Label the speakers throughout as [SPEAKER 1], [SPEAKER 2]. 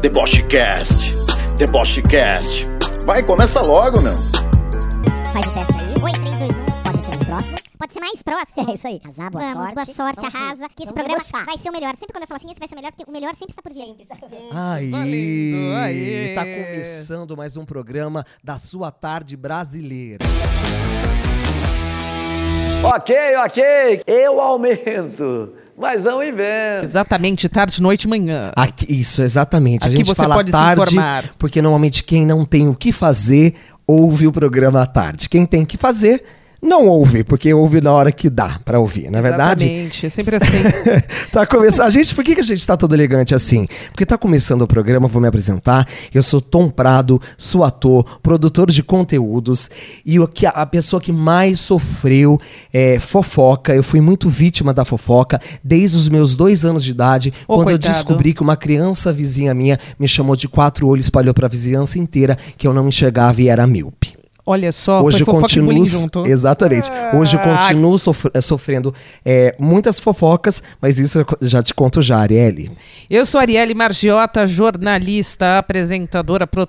[SPEAKER 1] Debochecast. Debochecast. Vai, começa logo, meu.
[SPEAKER 2] Faz o teste aí. 8, 3, 2, 1. Pode ser mais próximo? Pode ser mais próximo.
[SPEAKER 3] É isso aí. Arrasar, boa
[SPEAKER 2] Vamos,
[SPEAKER 3] sorte.
[SPEAKER 2] boa sorte,
[SPEAKER 3] Vamos
[SPEAKER 2] arrasa. Que esse
[SPEAKER 3] Vamos
[SPEAKER 2] programa
[SPEAKER 3] debochar.
[SPEAKER 2] vai ser o melhor. Sempre quando eu falo assim, esse vai ser o melhor, porque o melhor sempre está por vir.
[SPEAKER 4] Aí,
[SPEAKER 5] Valendo, aê.
[SPEAKER 4] tá começando mais um programa da sua tarde brasileira.
[SPEAKER 6] Ok, ok. Eu aumento, mas não invento.
[SPEAKER 5] Exatamente, tarde, noite, manhã.
[SPEAKER 4] Aqui, isso, exatamente.
[SPEAKER 5] Aqui
[SPEAKER 4] a gente
[SPEAKER 5] você
[SPEAKER 4] fala
[SPEAKER 5] pode se
[SPEAKER 4] tarde,
[SPEAKER 5] informar.
[SPEAKER 4] porque normalmente quem não tem o que fazer ouve o programa à tarde. Quem tem o que fazer não ouve, porque ouve na hora que dá pra ouvir, não é verdade?
[SPEAKER 5] Exatamente, é sempre assim.
[SPEAKER 4] tá começando. A gente, por que, que a gente tá todo elegante assim? Porque tá começando o programa, vou me apresentar. Eu sou Tom Prado, sou ator, produtor de conteúdos e o que- a pessoa que mais sofreu é, fofoca. Eu fui muito vítima da fofoca desde os meus dois anos de idade,
[SPEAKER 5] Ô,
[SPEAKER 4] quando eu
[SPEAKER 5] coitado.
[SPEAKER 4] descobri que uma criança vizinha minha me chamou de quatro olhos, espalhou pra vizinhança inteira que eu não enxergava e era míope.
[SPEAKER 5] Olha só,
[SPEAKER 4] Hoje
[SPEAKER 5] foi fofoca e bullying
[SPEAKER 4] continuo.
[SPEAKER 5] junto.
[SPEAKER 4] Exatamente. Hoje eu
[SPEAKER 5] Ah.
[SPEAKER 4] continuo sofr- eh, sofrendo eh, muitas fofocas, mas isso eu co- já te conto já, Arielle.
[SPEAKER 5] Eu sou Arielle Margiota, jornalista, apresentadora, pro-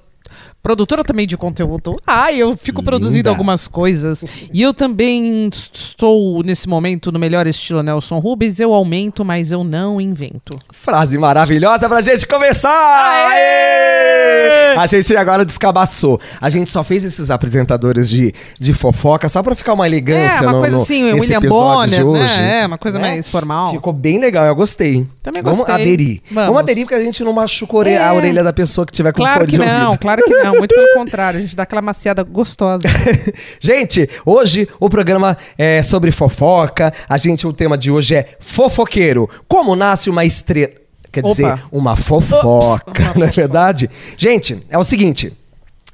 [SPEAKER 5] produtora também de conteúdo. Ah, eu fico
[SPEAKER 4] Linda.
[SPEAKER 5] produzindo algumas coisas. E eu também estou, nesse momento, no melhor estilo Nelson Rubens. Eu aumento, mas eu não invento.
[SPEAKER 4] Frase maravilhosa pra gente começar! Aê! A gente agora descabaçou. A gente só fez esses apresentadores de, de fofoca só pra ficar uma elegância.
[SPEAKER 5] é, uma
[SPEAKER 4] no-
[SPEAKER 5] coisa
[SPEAKER 4] no-
[SPEAKER 5] assim, o
[SPEAKER 4] nesse
[SPEAKER 5] William
[SPEAKER 4] episódio de
[SPEAKER 5] Bonner,
[SPEAKER 4] hoje.
[SPEAKER 5] né? É, uma coisa
[SPEAKER 4] Né?
[SPEAKER 5] mais formal.
[SPEAKER 4] Ficou bem legal, eu gostei.
[SPEAKER 5] Também
[SPEAKER 4] Vamos
[SPEAKER 5] gostei.
[SPEAKER 4] aderir. Vamos.
[SPEAKER 5] Vamos
[SPEAKER 4] aderir porque a gente não machuca a orelha,
[SPEAKER 5] É.
[SPEAKER 4] a orelha da pessoa que tiver com
[SPEAKER 5] Claro
[SPEAKER 4] fone
[SPEAKER 5] que
[SPEAKER 4] de ouvido.
[SPEAKER 5] não, claro que não. Muito pelo contrário, a gente dá aquela maciada gostosa.
[SPEAKER 4] Gente, hoje o programa é sobre fofoca. A gente, o tema de hoje é fofoqueiro. Como nasce uma estrela? Quer
[SPEAKER 5] Opa.
[SPEAKER 4] dizer, uma fofoca, não é verdade? Gente, é o seguinte.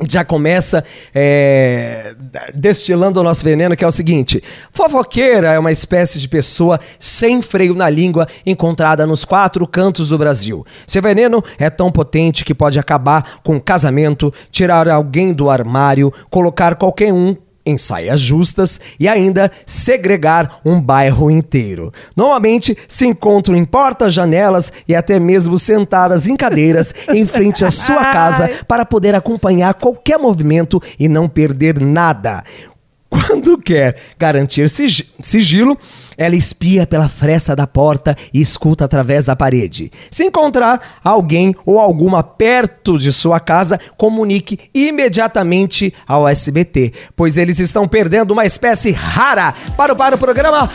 [SPEAKER 4] Já começa é, destilando o nosso veneno, que é o seguinte: fofoqueira é uma espécie de pessoa sem freio na língua encontrada nos quatro cantos do Brasil. Seu veneno é tão potente que pode acabar com um casamento, tirar alguém do armário, colocar qualquer um em saias justas e ainda segregar um bairro inteiro. Normalmente se encontram em portas, janelas e até mesmo sentadas em cadeiras em frente à sua casa para poder acompanhar qualquer movimento e não perder nada. Quando quer garantir sigi- sigilo, ela espia pela fresta da porta e escuta através da parede. Se encontrar alguém ou alguma perto de sua casa, comunique imediatamente ao SBT, pois eles estão perdendo uma espécie rara para, o- para o programa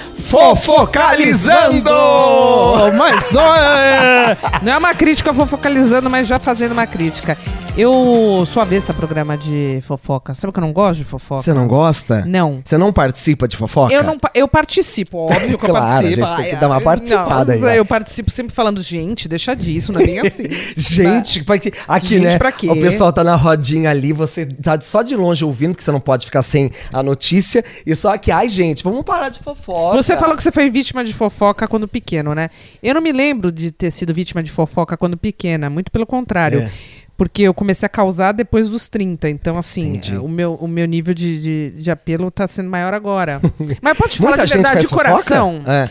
[SPEAKER 4] Fofocalizando!
[SPEAKER 5] Oh, mas ó, é, não é uma crítica fofocalizando, mas já fazendo uma crítica. Eu sou avessa a programa de fofoca. Sabe que eu não gosto de fofoca?
[SPEAKER 4] Você não gosta?
[SPEAKER 5] Não.
[SPEAKER 4] Você não participa de fofoca?
[SPEAKER 5] Eu, não, pa- eu participo, óbvio que
[SPEAKER 4] Claro, a
[SPEAKER 5] eu participo.
[SPEAKER 4] gente tem que
[SPEAKER 5] Ai,
[SPEAKER 4] dar uma
[SPEAKER 5] ai,
[SPEAKER 4] participada aí,
[SPEAKER 5] nossa,
[SPEAKER 4] né?
[SPEAKER 5] Eu participo sempre falando, gente, deixa disso, não é bem assim.
[SPEAKER 4] Gente, pra que, aqui,
[SPEAKER 5] Gente,
[SPEAKER 4] né?
[SPEAKER 5] pra quê?
[SPEAKER 4] O pessoal tá na rodinha ali, você tá só de longe ouvindo, porque você não pode ficar sem a notícia. E só que, ai, gente, vamos parar de fofoca.
[SPEAKER 5] Você falou que você foi vítima de fofoca quando pequeno, né? Eu não me lembro de ter sido vítima de fofoca quando pequena, muito pelo contrário.
[SPEAKER 4] É.
[SPEAKER 5] Porque eu comecei a causar depois dos 30. Então, assim,
[SPEAKER 4] Entendi.
[SPEAKER 5] o meu, o meu nível de, de, de apelo tá sendo maior agora. Mas pode falar
[SPEAKER 4] Muita
[SPEAKER 5] de
[SPEAKER 4] gente
[SPEAKER 5] verdade,
[SPEAKER 4] faz
[SPEAKER 5] de coração.
[SPEAKER 4] fofoca? É.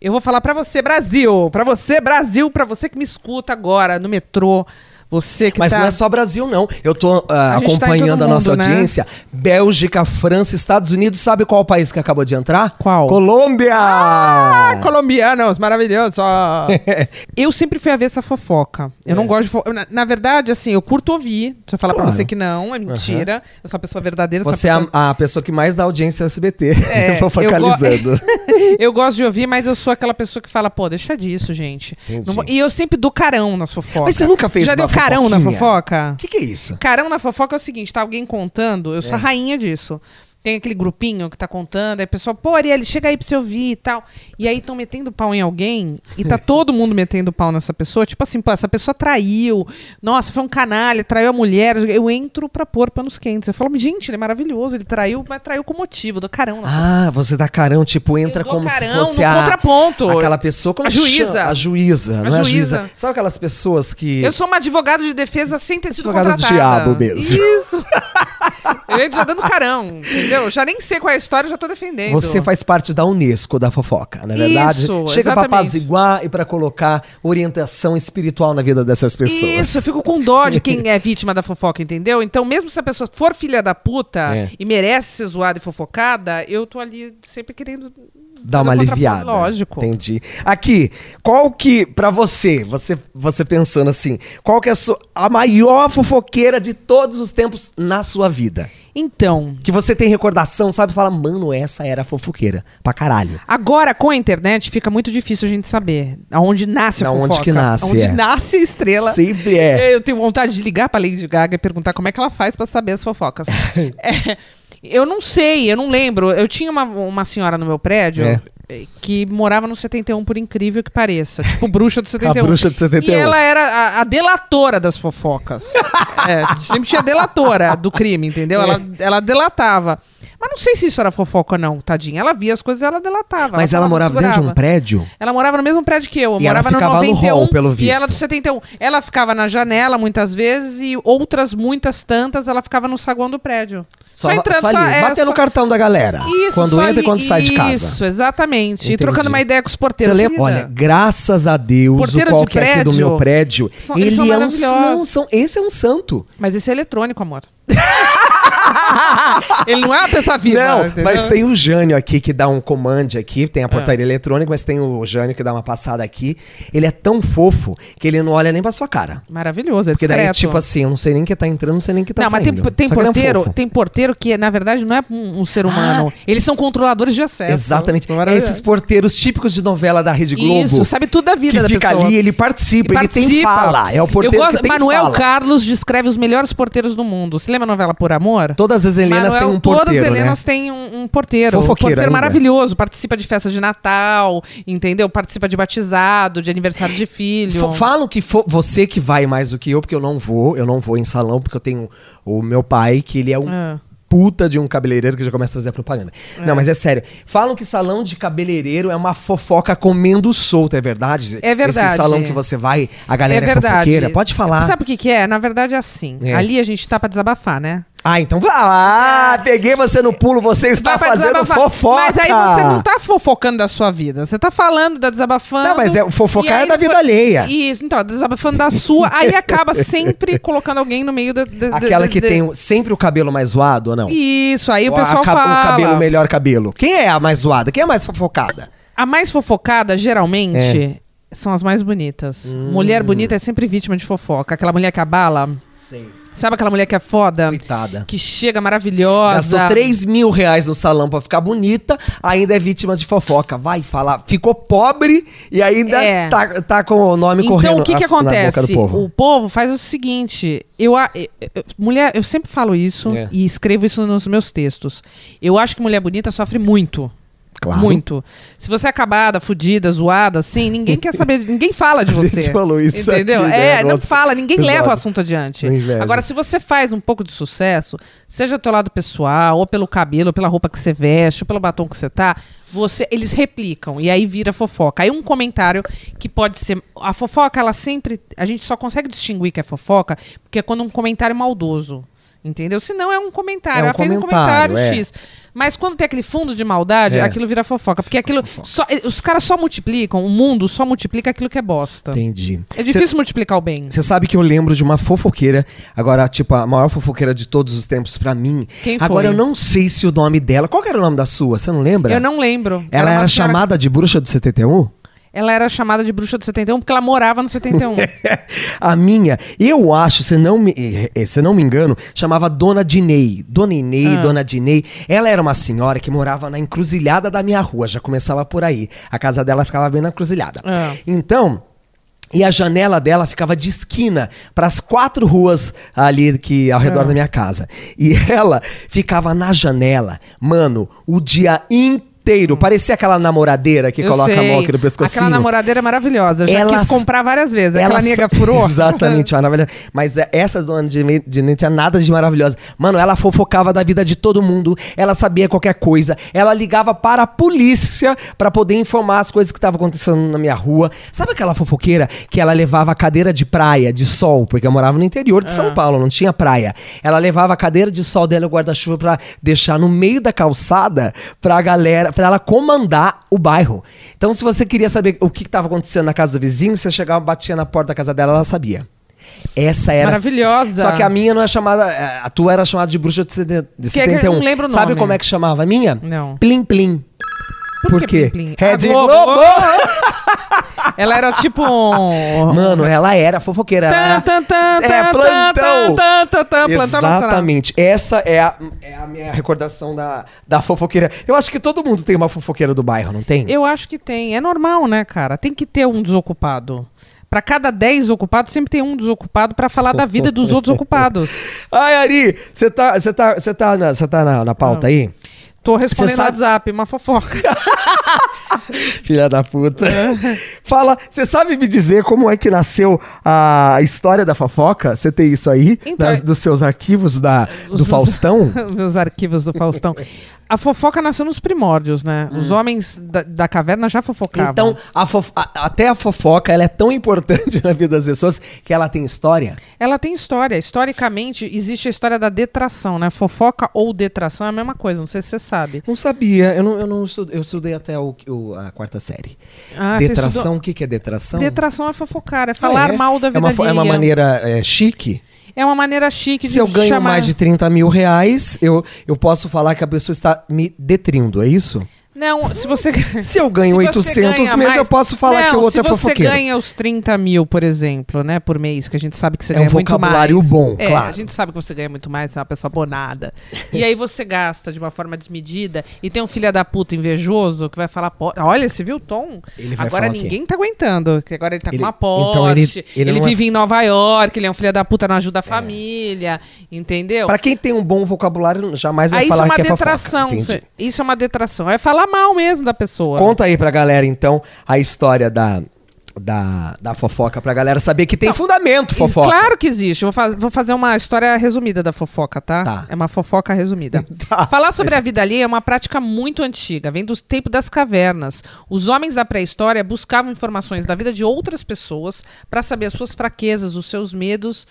[SPEAKER 5] Eu vou falar pra você, Brasil. Pra você, Brasil. Pra você que me escuta agora no metrô. Você que
[SPEAKER 4] Mas
[SPEAKER 5] tá...
[SPEAKER 4] não é só Brasil, não. Eu tô ah,
[SPEAKER 5] gente tá em
[SPEAKER 4] acompanhando
[SPEAKER 5] todo
[SPEAKER 4] a nossa
[SPEAKER 5] mundo, né?
[SPEAKER 4] audiência. Bélgica, França, Estados Unidos. Sabe qual país que acabou de entrar?
[SPEAKER 5] Qual?
[SPEAKER 4] Colômbia!
[SPEAKER 5] Ah, colombianos, maravilhoso. ó. eu sempre fui a ver essa fofoca. Eu não gosto de fofoca. Na, na verdade, assim, eu curto ouvir. Deixa eu falar pra
[SPEAKER 4] É. Claro.
[SPEAKER 5] você que não, é mentira. Eu sou uma pessoa verdadeira. sou uma
[SPEAKER 4] Você é
[SPEAKER 5] pessoa...
[SPEAKER 4] a, a pessoa que mais dá audiência ao SBT.
[SPEAKER 5] É, eu go-
[SPEAKER 4] fofocalizando.
[SPEAKER 5] eu gosto de ouvir, mas eu sou aquela pessoa que fala, pô, deixa disso, gente.
[SPEAKER 4] Entendi.
[SPEAKER 5] Não vou- E eu sempre dou carão nas fofocas.
[SPEAKER 4] Mas você nunca fez
[SPEAKER 5] Já
[SPEAKER 4] uma
[SPEAKER 5] deu carão na
[SPEAKER 4] fofoquinha?
[SPEAKER 5] fofoca?
[SPEAKER 4] O que, que é isso?
[SPEAKER 5] Carão na fofoca é o seguinte, tá alguém contando, eu sou a
[SPEAKER 4] É.
[SPEAKER 5] rainha disso. Tem aquele grupinho que tá contando, aí o pessoal, pô, Ariel, chega aí pra você ouvir e tal. E aí estão metendo pau em alguém, e tá todo mundo metendo pau nessa pessoa. Tipo assim, pô, essa pessoa traiu, nossa, foi um canalha, traiu a mulher. Eu entro pra pôr panos quentes. Eu falo, gente, ele é maravilhoso, ele traiu, mas traiu com motivo, do carão. na
[SPEAKER 4] Ah, você dá carão, tipo, entra
[SPEAKER 5] Eu dou
[SPEAKER 4] como
[SPEAKER 5] carão
[SPEAKER 4] se fosse
[SPEAKER 5] no
[SPEAKER 4] a,
[SPEAKER 5] contraponto.
[SPEAKER 4] aquela pessoa... como
[SPEAKER 5] A juíza.
[SPEAKER 4] chama? A juíza,
[SPEAKER 5] A
[SPEAKER 4] não é a
[SPEAKER 5] juíza.
[SPEAKER 4] juíza. Sabe aquelas pessoas que...
[SPEAKER 5] Eu sou uma advogada de defesa sem ter sido
[SPEAKER 4] Advogada do
[SPEAKER 5] contratada.
[SPEAKER 4] diabo mesmo.
[SPEAKER 5] Isso. Ele já dando carão, entendeu? Já nem sei qual é a história, já tô defendendo.
[SPEAKER 4] Você faz parte da Unesco, da fofoca, na verdade.
[SPEAKER 5] Isso,
[SPEAKER 4] Chega pra
[SPEAKER 5] exatamente.
[SPEAKER 4] apaziguar e pra colocar orientação espiritual na vida dessas pessoas.
[SPEAKER 5] Isso, eu fico com dó de quem é vítima da fofoca, entendeu? Então, mesmo se a pessoa for filha da puta
[SPEAKER 4] É.
[SPEAKER 5] e merece ser zoada e fofocada, eu tô ali sempre querendo
[SPEAKER 4] Dá
[SPEAKER 5] fazer
[SPEAKER 4] uma
[SPEAKER 5] um contraponto.
[SPEAKER 4] aliviada.
[SPEAKER 5] Lógico.
[SPEAKER 4] Entendi. Aqui, qual que, pra você, você, você pensando assim, qual que é a, sua- a maior fofoqueira de todos os tempos na sua vida?
[SPEAKER 5] Então,
[SPEAKER 4] Que você tem recordação, sabe? Fala, mano, essa era a fofoqueira. Pra caralho.
[SPEAKER 5] Agora, com a internet, fica muito difícil a gente saber aonde nasce a
[SPEAKER 4] Da onde
[SPEAKER 5] fofoca.
[SPEAKER 4] que nasce,
[SPEAKER 5] Aonde
[SPEAKER 4] é.
[SPEAKER 5] nasce a estrela.
[SPEAKER 4] Sempre é.
[SPEAKER 5] Eu tenho vontade de ligar pra Lady Gaga e perguntar como é que ela faz pra saber as fofocas. É, eu não sei, eu não lembro. Eu tinha uma, uma senhora no meu prédio...
[SPEAKER 4] É.
[SPEAKER 5] eh, Que morava no 71, por incrível que pareça. Tipo, bruxa do 71.
[SPEAKER 4] bruxa do 71.
[SPEAKER 5] E ela era a, a delatora das fofocas. É, sempre tinha delatora do crime, entendeu? Ela,
[SPEAKER 4] É.
[SPEAKER 5] ela delatava. Mas não sei se isso era fofoca ou não, tadinha. Ela via as coisas e ela delatava.
[SPEAKER 4] Mas
[SPEAKER 5] ela
[SPEAKER 4] ela
[SPEAKER 5] falava,
[SPEAKER 4] morava dentro de um
[SPEAKER 5] segurava.
[SPEAKER 4] prédio?
[SPEAKER 5] Ela morava no mesmo prédio que eu. Eu
[SPEAKER 4] E ela
[SPEAKER 5] morava no
[SPEAKER 4] ficava no
[SPEAKER 5] 91
[SPEAKER 4] hall, pelo
[SPEAKER 5] e
[SPEAKER 4] visto.
[SPEAKER 5] ela do 71. Ela ficava na janela muitas vezes e outras muitas tantas ela ficava no saguão do prédio. Só, entrando, só,
[SPEAKER 4] ali,
[SPEAKER 5] é,
[SPEAKER 4] batendo
[SPEAKER 5] só-
[SPEAKER 4] o cartão da galera.
[SPEAKER 5] Isso,
[SPEAKER 4] quando
[SPEAKER 5] só
[SPEAKER 4] entra e
[SPEAKER 5] ali-
[SPEAKER 4] quando sai de casa.
[SPEAKER 5] Isso, exatamente. E
[SPEAKER 4] Entendi.
[SPEAKER 5] trocando uma ideia com os
[SPEAKER 4] Você
[SPEAKER 5] porteiros.
[SPEAKER 4] lembra? Olha,
[SPEAKER 5] Olha,
[SPEAKER 4] graças a Deus,
[SPEAKER 5] Porteiro
[SPEAKER 4] o
[SPEAKER 5] de
[SPEAKER 4] qualquer aqui do
[SPEAKER 5] prédio,
[SPEAKER 4] meu prédio,
[SPEAKER 5] são- eles
[SPEAKER 4] ele
[SPEAKER 5] são
[SPEAKER 4] é um.
[SPEAKER 5] maravilhosos.
[SPEAKER 4] Não, são, esse é um santo.
[SPEAKER 5] Mas esse é eletrônico, amor. Ele não é uma pessoa viva.
[SPEAKER 4] Não,
[SPEAKER 5] entendeu? É.
[SPEAKER 4] mas tem o Jânio aqui que dá um comando aqui, tem a portaria eletrônica, mas tem o Jânio que dá uma passada aqui. Ele é tão fofo que ele não olha nem pra sua cara.
[SPEAKER 5] Maravilhoso, é
[SPEAKER 4] Porque daí é
[SPEAKER 5] discreto.
[SPEAKER 4] tipo assim, eu não sei nem que tá entrando, não sei nem que tá
[SPEAKER 5] não, mas
[SPEAKER 4] saindo.
[SPEAKER 5] tem, tem
[SPEAKER 4] Só que ele é um
[SPEAKER 5] porteiro,
[SPEAKER 4] fofo. Ah!
[SPEAKER 5] tem porteiro que, na verdade, não é um, um ser humano. Eles são controladores de acesso.
[SPEAKER 4] Exatamente.
[SPEAKER 5] Maravilhoso.
[SPEAKER 4] Esses porteiros típicos de novela da Rede Globo.
[SPEAKER 5] Isso, sabe tudo da vida
[SPEAKER 4] que
[SPEAKER 5] da
[SPEAKER 4] fica
[SPEAKER 5] pessoa.
[SPEAKER 4] ali, ele participa, ele tem fala. É o porteiro
[SPEAKER 5] Eu gosto-
[SPEAKER 4] que tem
[SPEAKER 5] Manuel
[SPEAKER 4] fala.
[SPEAKER 5] Carlos descreve os melhores porteiros do mundo. Você lembra a novela Por Amor?
[SPEAKER 4] Todas as Helenas
[SPEAKER 5] Manuel,
[SPEAKER 4] têm um porteiro,
[SPEAKER 5] Todas as
[SPEAKER 4] né?
[SPEAKER 5] Helenas têm um, um porteiro. Um
[SPEAKER 4] Fofoqueiro
[SPEAKER 5] porteiro
[SPEAKER 4] ainda.
[SPEAKER 5] maravilhoso. Participa de festa de Natal, entendeu? Participa de batizado, de aniversário de filho.
[SPEAKER 4] F- Falam que fo- você que vai mais do que eu, porque eu não vou, eu não vou em salão, porque eu tenho o meu pai, que ele é um
[SPEAKER 5] Ah.
[SPEAKER 4] puta de um cabeleireiro que já começa a fazer a propaganda. Não, mas é sério. Falam que salão de cabeleireiro é uma fofoca comendo solta, é verdade?
[SPEAKER 5] É verdade.
[SPEAKER 4] Esse salão que você vai, a galera é, fofoqueira. Pode falar.
[SPEAKER 5] Sabe o que, que é? Na verdade é assim.
[SPEAKER 4] É.
[SPEAKER 5] Ali a gente tá pra desabafar, né?
[SPEAKER 4] Ah, então. Ah, peguei você no pulo, você está
[SPEAKER 5] Tá pra
[SPEAKER 4] fazendo
[SPEAKER 5] desabafar.
[SPEAKER 4] fofoca.
[SPEAKER 5] Mas aí você não tá fofocando da sua vida. Você tá falando da desabafando.
[SPEAKER 4] Não, mas é- o fofocar
[SPEAKER 5] e aí
[SPEAKER 4] é da vida
[SPEAKER 5] depois-
[SPEAKER 4] alheia.
[SPEAKER 5] Isso, então, desabafando da sua. Aí acaba sempre colocando alguém no meio da. da- da-
[SPEAKER 4] Aquela que
[SPEAKER 5] da-
[SPEAKER 4] tem o- sempre o cabelo mais zoado ou não?
[SPEAKER 5] Isso, aí o
[SPEAKER 4] Ou
[SPEAKER 5] pessoal
[SPEAKER 4] a ca-
[SPEAKER 5] fala.
[SPEAKER 4] O cabelo, melhor cabelo. Quem é a mais zoada? Quem é a mais fofocada?
[SPEAKER 5] A mais fofocada, geralmente,
[SPEAKER 4] É.
[SPEAKER 5] são as mais bonitas.
[SPEAKER 4] Hum.
[SPEAKER 5] Mulher bonita é sempre vítima de fofoca. Aquela mulher que abala.
[SPEAKER 4] Sei.
[SPEAKER 5] Sabe aquela mulher que é foda?
[SPEAKER 4] Coitada.
[SPEAKER 5] Que chega maravilhosa.
[SPEAKER 4] Gastou 3 mil reais no salão pra ficar bonita, ainda é vítima de fofoca. Vai falar. Ficou pobre e ainda
[SPEAKER 5] É.
[SPEAKER 4] tá, tá com o nome correndo
[SPEAKER 5] Então, o que, que
[SPEAKER 4] as- na boca
[SPEAKER 5] acontece?
[SPEAKER 4] do povo.
[SPEAKER 5] O povo faz o seguinte: eu, a- eu- eu- mulher, eu sempre falo isso
[SPEAKER 4] É.
[SPEAKER 5] e escrevo isso nos meus textos. Eu acho que mulher bonita sofre muito.
[SPEAKER 4] Claro.
[SPEAKER 5] Muito. Se você é acabada, fudida, zoada, assim, ninguém quer saber, ninguém fala de
[SPEAKER 4] A gente
[SPEAKER 5] você.
[SPEAKER 4] falou isso
[SPEAKER 5] Entendeu?
[SPEAKER 4] aqui,
[SPEAKER 5] é,
[SPEAKER 4] né, no
[SPEAKER 5] não
[SPEAKER 4] outro
[SPEAKER 5] fala, ninguém leva o
[SPEAKER 4] episódio.
[SPEAKER 5] assunto adiante.
[SPEAKER 4] Com inveja.
[SPEAKER 5] Agora, se você faz um pouco de sucesso, seja do teu lado pessoal, ou pelo cabelo, ou pela roupa que você veste, ou pelo batom que você tá, você, eles replicam e aí vira fofoca. Aí um comentário que pode ser. A fofoca, ela sempre. A gente só consegue distinguir que é fofoca, porque é quando um comentário é maldoso. Entendeu? Se não é um comentário.
[SPEAKER 4] É um
[SPEAKER 5] ela fez um
[SPEAKER 4] comentário,
[SPEAKER 5] comentário
[SPEAKER 4] é.
[SPEAKER 5] X. Mas quando tem aquele fundo de maldade,
[SPEAKER 4] É.
[SPEAKER 5] aquilo vira fofoca. Porque aquilo. só- os caras só multiplicam, o mundo só multiplica aquilo que é bosta.
[SPEAKER 4] Entendi.
[SPEAKER 5] É difícil multiplicar o bem.
[SPEAKER 4] Você sabe que eu lembro de uma fofoqueira, agora, tipo, a maior fofoqueira de todos os tempos pra mim.
[SPEAKER 5] Quem foi?
[SPEAKER 4] Agora eu não sei se o nome dela. Qual que era o nome da sua? Você não lembra?
[SPEAKER 5] Eu não lembro.
[SPEAKER 4] Ela
[SPEAKER 5] uma
[SPEAKER 4] era
[SPEAKER 5] senhora-
[SPEAKER 4] chamada de bruxa do 71?
[SPEAKER 5] Ela era chamada de bruxa do 71 porque ela morava no 71.
[SPEAKER 4] É, a minha, eu acho, se não me, eh, eh, se não me engano, chamava Dona Dinei. Dona
[SPEAKER 5] Ah.
[SPEAKER 4] Inei, Dona Dinei. Ela era uma senhora que morava na encruzilhada da minha rua, já começava por aí. A casa dela ficava bem na encruzilhada.
[SPEAKER 5] Ah.
[SPEAKER 4] Então. E a janela dela ficava de esquina para as quatro ruas ali que ao
[SPEAKER 5] Ah.
[SPEAKER 4] redor da minha casa. E ela ficava na janela, mano, o dia inteiro inteiro. Parecia aquela namoradeira que
[SPEAKER 5] Hum. Eu
[SPEAKER 4] coloca
[SPEAKER 5] sei.
[SPEAKER 4] a mão aqui no pescocinho.
[SPEAKER 5] Aquela namoradeira maravilhosa. Já
[SPEAKER 4] Ela
[SPEAKER 5] quis
[SPEAKER 4] sa-
[SPEAKER 5] comprar várias vezes.
[SPEAKER 4] Ela
[SPEAKER 5] Aquela
[SPEAKER 4] sa-
[SPEAKER 5] nega furou.
[SPEAKER 4] Exatamente, uma maravilha. Mas é, essa dona de Ney- de Ney tinha nada de maravilhosa. Mano, ela fofocava da vida de todo mundo, ela sabia qualquer coisa, ela ligava para a polícia para poder informar as coisas que estavam acontecendo na minha rua. Sabe aquela fofoqueira que ela levava a cadeira de praia, de sol, porque eu morava no interior de São Paulo, não tinha praia. Ela levava a cadeira de sol dela e o guarda-chuva para deixar no meio da calçada pra galera, pra ela comandar o bairro. Então, se você queria saber o que estava acontecendo na casa do vizinho, você chegava, batia na porta da casa dela, ela sabia. Essa era.
[SPEAKER 5] Maravilhosa.
[SPEAKER 4] Só que a minha não é chamada. A tua era chamada de bruxa de 70 de
[SPEAKER 5] Que é que eu
[SPEAKER 4] 71.
[SPEAKER 5] não lembro o
[SPEAKER 4] Sabe
[SPEAKER 5] nome.
[SPEAKER 4] como é que chamava a minha?
[SPEAKER 5] Não.
[SPEAKER 4] Plim Plim. Por, quê?
[SPEAKER 5] Plim Plim?
[SPEAKER 4] É
[SPEAKER 5] Ah,
[SPEAKER 4] de
[SPEAKER 5] Globo.
[SPEAKER 4] Globo.
[SPEAKER 5] Ela era tipo um...
[SPEAKER 4] Mano, ela era fofoqueira. Ela era...
[SPEAKER 5] Tan, tan, tan,
[SPEAKER 4] é,
[SPEAKER 5] tan,
[SPEAKER 4] plantão.
[SPEAKER 5] tan, tan, tan, plantão nacional.
[SPEAKER 4] Exatamente. Essa é a, é a minha recordação da, da fofoqueira. Eu acho que todo mundo tem uma fofoqueira do bairro, não tem?
[SPEAKER 5] Eu acho que tem. É normal, né, cara? Tem que ter um desocupado. Pra cada 10 ocupados, sempre tem um desocupado pra falar da vida dos outros ocupados.
[SPEAKER 4] Ai, Ari, você tá, você tá, você tá, na, você tá na, na pauta aí?
[SPEAKER 5] Tô respondendo
[SPEAKER 4] Cê
[SPEAKER 5] no
[SPEAKER 4] sabe-
[SPEAKER 5] WhatsApp, uma fofoca.
[SPEAKER 4] Filha da puta. Fala, você sabe me dizer como é que nasceu a história da fofoca? Você tem isso aí?
[SPEAKER 5] Então,
[SPEAKER 4] das-
[SPEAKER 5] é-
[SPEAKER 4] dos seus arquivos da, do Faustão?
[SPEAKER 5] Meus arquivos do Faustão. A fofoca nasceu nos primórdios, né? Os homens da, da caverna já fofocavam.
[SPEAKER 4] Hum. Então, a fof- a- até a fofoca ela é tão importante na vida das pessoas que ela tem história.
[SPEAKER 5] Ela tem história. Historicamente, existe a história da detração, né? Fofoca ou detração é a mesma coisa, não sei se você sabe.
[SPEAKER 4] Não sabia, eu não, eu não estudei, eu estudei até o, o- a quarta série.
[SPEAKER 5] Ah, você
[SPEAKER 4] detração,
[SPEAKER 5] estudou-
[SPEAKER 4] o que, que é detração?
[SPEAKER 5] Detração é fofocar, é falar
[SPEAKER 4] Ah, é?
[SPEAKER 5] mal da vida
[SPEAKER 4] é uma, fo- é uma
[SPEAKER 5] alheia.
[SPEAKER 4] maneira é, chique?
[SPEAKER 5] É uma maneira chique de
[SPEAKER 4] Se eu ganho
[SPEAKER 5] chamar...
[SPEAKER 4] mais de 30 mil reais, eu, eu posso falar que a pessoa está me detrindo, é isso?
[SPEAKER 5] Não, se você...
[SPEAKER 4] Se eu ganho
[SPEAKER 5] você
[SPEAKER 4] 800
[SPEAKER 5] ganha
[SPEAKER 4] mesmo, eu posso falar que o
[SPEAKER 5] Não,
[SPEAKER 4] outro é
[SPEAKER 5] se você
[SPEAKER 4] fofoqueiro.
[SPEAKER 5] ganha os 30 mil, por exemplo, né, por mês, que a gente sabe que você
[SPEAKER 4] É um
[SPEAKER 5] ganha muito mais.
[SPEAKER 4] vocabulário bom,
[SPEAKER 5] É,
[SPEAKER 4] claro.
[SPEAKER 5] a gente sabe que você ganha muito mais, você é uma pessoa bonada. E aí você gasta de uma forma desmedida e tem um filho da puta invejoso que vai falar, "Pô, olha, você viu o Tom?
[SPEAKER 4] Ele vai
[SPEAKER 5] agora
[SPEAKER 4] falar o quê?
[SPEAKER 5] ninguém tá aguentando, que agora ele tá
[SPEAKER 4] Ele-
[SPEAKER 5] com uma
[SPEAKER 4] então ele-
[SPEAKER 5] Porsche,
[SPEAKER 4] ele
[SPEAKER 5] ele,
[SPEAKER 4] não é-
[SPEAKER 5] vive em Nova York, ele é um filho da puta, não ajuda a família, entendeu?
[SPEAKER 4] Pra quem tem um bom vocabulário, jamais vai
[SPEAKER 5] Então. Aí isso
[SPEAKER 4] falar
[SPEAKER 5] é uma
[SPEAKER 4] que é
[SPEAKER 5] detração.
[SPEAKER 4] fofoca. entendi.
[SPEAKER 5] cê- isso é uma detração. É falar mal mesmo da pessoa.
[SPEAKER 4] Conta aí pra galera, então, a história da, da, da fofoca, pra galera saber que tem fundamento
[SPEAKER 5] Isso-
[SPEAKER 4] fofoca.
[SPEAKER 5] Então, Claro que existe. Vou, faz- vou fazer uma história resumida da fofoca, tá?
[SPEAKER 4] Tá.
[SPEAKER 5] É uma fofoca resumida.
[SPEAKER 4] Tá.
[SPEAKER 5] Falar sobre a vida alheia é uma prática muito antiga, vem do tempo das cavernas. Os homens da pré-história buscavam informações da vida de outras pessoas para saber as suas fraquezas, os seus medos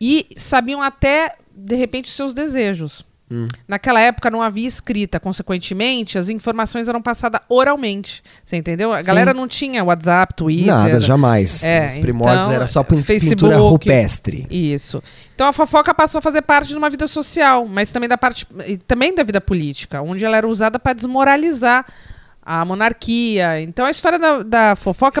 [SPEAKER 5] e sabiam até, de repente, os seus desejos.
[SPEAKER 4] Hum.
[SPEAKER 5] Naquela época não havia escrita, consequentemente, as informações eram passadas oralmente. Você entendeu? A galera não tinha WhatsApp, Twitter.
[SPEAKER 4] Nada, jamais.
[SPEAKER 5] É,
[SPEAKER 4] Os primórdios
[SPEAKER 5] então,
[SPEAKER 4] era só pin-
[SPEAKER 5] Facebook,
[SPEAKER 4] pintura rupestre.
[SPEAKER 5] Isso. Então a fofoca passou a fazer parte de uma vida social, mas também da parte e também da vida política, onde ela era usada para desmoralizar a monarquia. Então a história da, da fofoca é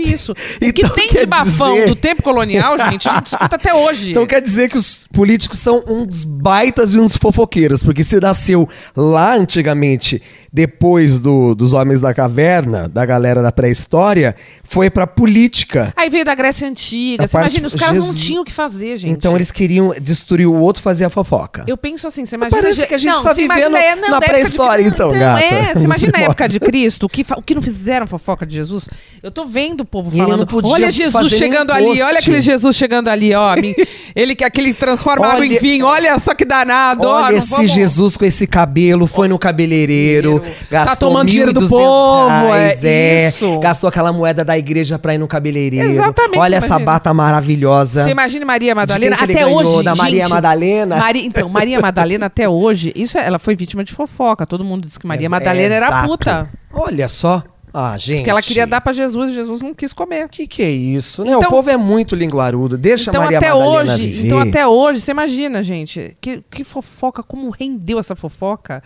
[SPEAKER 5] isso. o que
[SPEAKER 4] Então,
[SPEAKER 5] tem
[SPEAKER 4] quer
[SPEAKER 5] de bafão
[SPEAKER 4] dizer-
[SPEAKER 5] do tempo colonial, gente, a gente escuta até hoje.
[SPEAKER 4] Então quer dizer que os políticos são uns baitas e uns fofoqueiros, porque se nasceu lá antigamente, depois do, dos homens da caverna, da galera da pré-história, foi pra política.
[SPEAKER 5] Aí veio da Grécia Antiga.
[SPEAKER 4] A
[SPEAKER 5] Você
[SPEAKER 4] parte-
[SPEAKER 5] imagina, os caras não
[SPEAKER 4] Jesus-
[SPEAKER 5] tinham o que fazer, gente.
[SPEAKER 4] Então eles queriam destruir o outro, fazer a fofoca.
[SPEAKER 5] Eu penso assim, você imagina.
[SPEAKER 4] Parece que a gente tá
[SPEAKER 5] você imagina-
[SPEAKER 4] vivendo
[SPEAKER 5] é, não,
[SPEAKER 4] na
[SPEAKER 5] da época de-
[SPEAKER 4] pré-história,
[SPEAKER 5] não,
[SPEAKER 4] então,
[SPEAKER 5] É,
[SPEAKER 4] gata.
[SPEAKER 5] você imagina a época de Cristo, o que, fa- o que não fizeram fofoca de Jesus? Eu tô vendo o povo
[SPEAKER 4] E ele
[SPEAKER 5] falando.
[SPEAKER 4] não podia
[SPEAKER 5] olha
[SPEAKER 4] fazer
[SPEAKER 5] Jesus
[SPEAKER 4] nem
[SPEAKER 5] chegando
[SPEAKER 4] um
[SPEAKER 5] ali,
[SPEAKER 4] post."
[SPEAKER 5] olha aquele Jesus chegando ali, ó. me- ele que aquele transforma água
[SPEAKER 4] Olha-
[SPEAKER 5] em vinho, olha só que danado. ó,
[SPEAKER 4] Olha
[SPEAKER 5] não
[SPEAKER 4] esse
[SPEAKER 5] vamos-
[SPEAKER 4] Jesus com esse cabelo, foi no cabeleireiro,
[SPEAKER 5] Tá
[SPEAKER 4] gastou
[SPEAKER 5] tomando dinheiro do
[SPEAKER 4] 1.200
[SPEAKER 5] povo,
[SPEAKER 4] reais,
[SPEAKER 5] é
[SPEAKER 4] é,
[SPEAKER 5] isso.
[SPEAKER 4] gastou aquela moeda da igreja pra ir no cabeleireiro.
[SPEAKER 5] Exatamente,
[SPEAKER 4] Olha
[SPEAKER 5] você
[SPEAKER 4] essa
[SPEAKER 5] imagina.
[SPEAKER 4] bata maravilhosa.
[SPEAKER 5] Você imagina Maria Madalena
[SPEAKER 4] quem que ele
[SPEAKER 5] até
[SPEAKER 4] ganhou?
[SPEAKER 5] hoje.
[SPEAKER 4] Da Maria
[SPEAKER 5] gente,
[SPEAKER 4] Madalena?
[SPEAKER 5] Mari- então, Maria Madalena até hoje, isso é- ela foi vítima de fofoca. Todo mundo diz que Maria
[SPEAKER 4] Ex-
[SPEAKER 5] Madalena
[SPEAKER 4] é,
[SPEAKER 5] era
[SPEAKER 4] exato.
[SPEAKER 5] puta.
[SPEAKER 4] Olha só. Ah, gente.
[SPEAKER 5] Que ela queria dar pra Jesus e Jesus não quis comer.
[SPEAKER 4] O que, que é isso? né? o
[SPEAKER 5] Então-
[SPEAKER 4] povo é muito linguarudo. Deixa
[SPEAKER 5] Então
[SPEAKER 4] a Maria
[SPEAKER 5] até
[SPEAKER 4] Madalena
[SPEAKER 5] hoje,
[SPEAKER 4] viver.
[SPEAKER 5] então até hoje, você imagina, gente, que, que fofoca, como rendeu essa fofoca?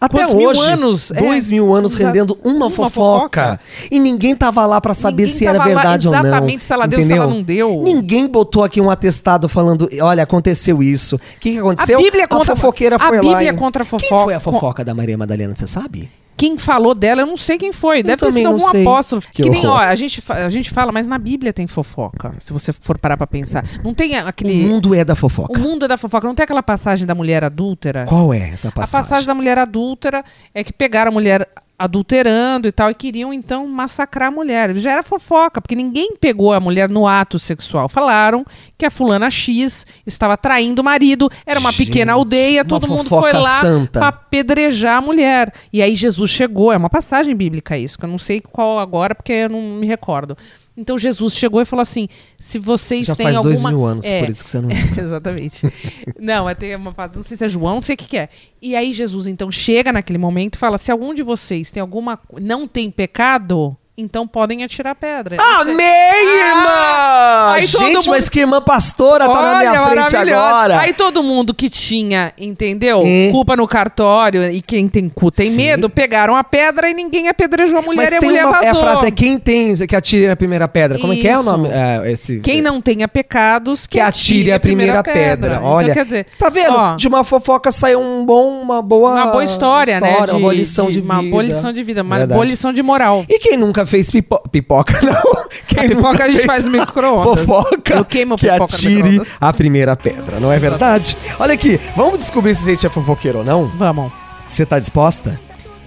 [SPEAKER 4] Até
[SPEAKER 5] Quantos
[SPEAKER 4] hoje,
[SPEAKER 5] mil anos? É,
[SPEAKER 4] dois mil anos
[SPEAKER 5] exa-
[SPEAKER 4] rendendo uma, fofoca. E ninguém tava lá pra saber
[SPEAKER 5] Ninguém
[SPEAKER 4] se era
[SPEAKER 5] tava lá
[SPEAKER 4] verdade ou não.
[SPEAKER 5] exatamente se ela deu, se ela
[SPEAKER 4] entendeu?
[SPEAKER 5] não deu.
[SPEAKER 4] Ninguém botou aqui um atestado falando, olha, aconteceu isso. O que, que
[SPEAKER 5] A
[SPEAKER 4] aconteceu?
[SPEAKER 5] Bíblia contra
[SPEAKER 4] a fofoqueira
[SPEAKER 5] a
[SPEAKER 4] foi lá.
[SPEAKER 5] Bíblia
[SPEAKER 4] e-
[SPEAKER 5] contra a
[SPEAKER 4] Quem
[SPEAKER 5] fofoca.
[SPEAKER 4] foi a fofoca da Maria Madalena, você sabe?
[SPEAKER 5] quem falou dela, eu não sei quem foi. Deve ter
[SPEAKER 4] também não
[SPEAKER 5] sido algum
[SPEAKER 4] sei.
[SPEAKER 5] apóstolo.
[SPEAKER 4] Que
[SPEAKER 5] Que, nem, ó,
[SPEAKER 4] horror.
[SPEAKER 5] a gente, fa- a gente fala, mas na Bíblia tem fofoca. Se você for parar pra pensar. Não tem a-
[SPEAKER 4] O
[SPEAKER 5] aquele.
[SPEAKER 4] mundo é da fofoca.
[SPEAKER 5] O mundo é da fofoca. Não tem aquela passagem da mulher adúltera?
[SPEAKER 4] Qual é essa passagem?
[SPEAKER 5] A passagem da mulher adúltera é que pegaram a mulher adulterando e tal e queriam então massacrar a mulher. Já era fofoca, porque ninguém pegou a mulher no ato sexual. Falaram que a fulana X estava traindo o marido, era uma
[SPEAKER 4] Gente,
[SPEAKER 5] pequena aldeia,
[SPEAKER 4] uma
[SPEAKER 5] todo mundo foi
[SPEAKER 4] fofoca
[SPEAKER 5] lá
[SPEAKER 4] santa.
[SPEAKER 5] pra apedrejar a mulher. E aí Jesus chegou, é uma passagem bíblica isso, que eu não sei qual agora, porque eu não me recordo. Então Jesus chegou e falou assim: se vocês
[SPEAKER 4] Já
[SPEAKER 5] têm
[SPEAKER 4] faz
[SPEAKER 5] alguma
[SPEAKER 4] dois mil anos,
[SPEAKER 5] É,
[SPEAKER 4] por isso que você não.
[SPEAKER 5] Exatamente. não, mas tem uma fase, não sei se é João, não sei o que, que é. E aí Jesus então chega naquele momento e fala: se algum de vocês tem alguma. não tem pecado, então podem atirar pedra. Não sei-
[SPEAKER 4] Amém, irmã!
[SPEAKER 5] Ah! Aí todo
[SPEAKER 4] Gente,
[SPEAKER 5] mundo-
[SPEAKER 4] mas que irmã pastora tá na minha frente
[SPEAKER 5] maravilhosa.
[SPEAKER 4] agora.
[SPEAKER 5] Aí todo mundo que tinha, entendeu?
[SPEAKER 4] É.
[SPEAKER 5] Culpa no cartório e quem tem cu tem
[SPEAKER 4] Sim.
[SPEAKER 5] medo, pegaram a pedra e ninguém apedrejou a mulher
[SPEAKER 4] mas
[SPEAKER 5] e a
[SPEAKER 4] tem
[SPEAKER 5] mulher
[SPEAKER 4] uma, é a
[SPEAKER 5] vazou.
[SPEAKER 4] frase, né? Quem tem que atira a primeira pedra? Como é que é o
[SPEAKER 5] Isso.
[SPEAKER 4] nome? É, esse,
[SPEAKER 5] Quem não tenha pecados,
[SPEAKER 4] que atire a primeira, pedra. Olha,
[SPEAKER 5] Então, quer dizer,
[SPEAKER 4] tá vendo?
[SPEAKER 5] ó,
[SPEAKER 4] De uma fofoca saiu um bom, uma boa,
[SPEAKER 5] uma boa história, né?
[SPEAKER 4] uma boa lição de, vida.
[SPEAKER 5] Uma boa lição de vida, uma
[SPEAKER 4] Verdade.
[SPEAKER 5] boa lição de moral.
[SPEAKER 4] E quem nunca fez pipo- pipoca, não? Quem
[SPEAKER 5] A pipoca
[SPEAKER 4] nunca
[SPEAKER 5] a gente
[SPEAKER 4] fez
[SPEAKER 5] faz no micro-ondas.
[SPEAKER 4] Fofoca.
[SPEAKER 5] Eu queimo
[SPEAKER 4] que
[SPEAKER 5] pipoca no
[SPEAKER 4] atire
[SPEAKER 5] micro-ondas.
[SPEAKER 4] a primeira pedra, não é verdade? Olha aqui, vamos descobrir se a gente é fofoqueiro ou não?
[SPEAKER 5] Vamos.
[SPEAKER 4] Você tá disposta?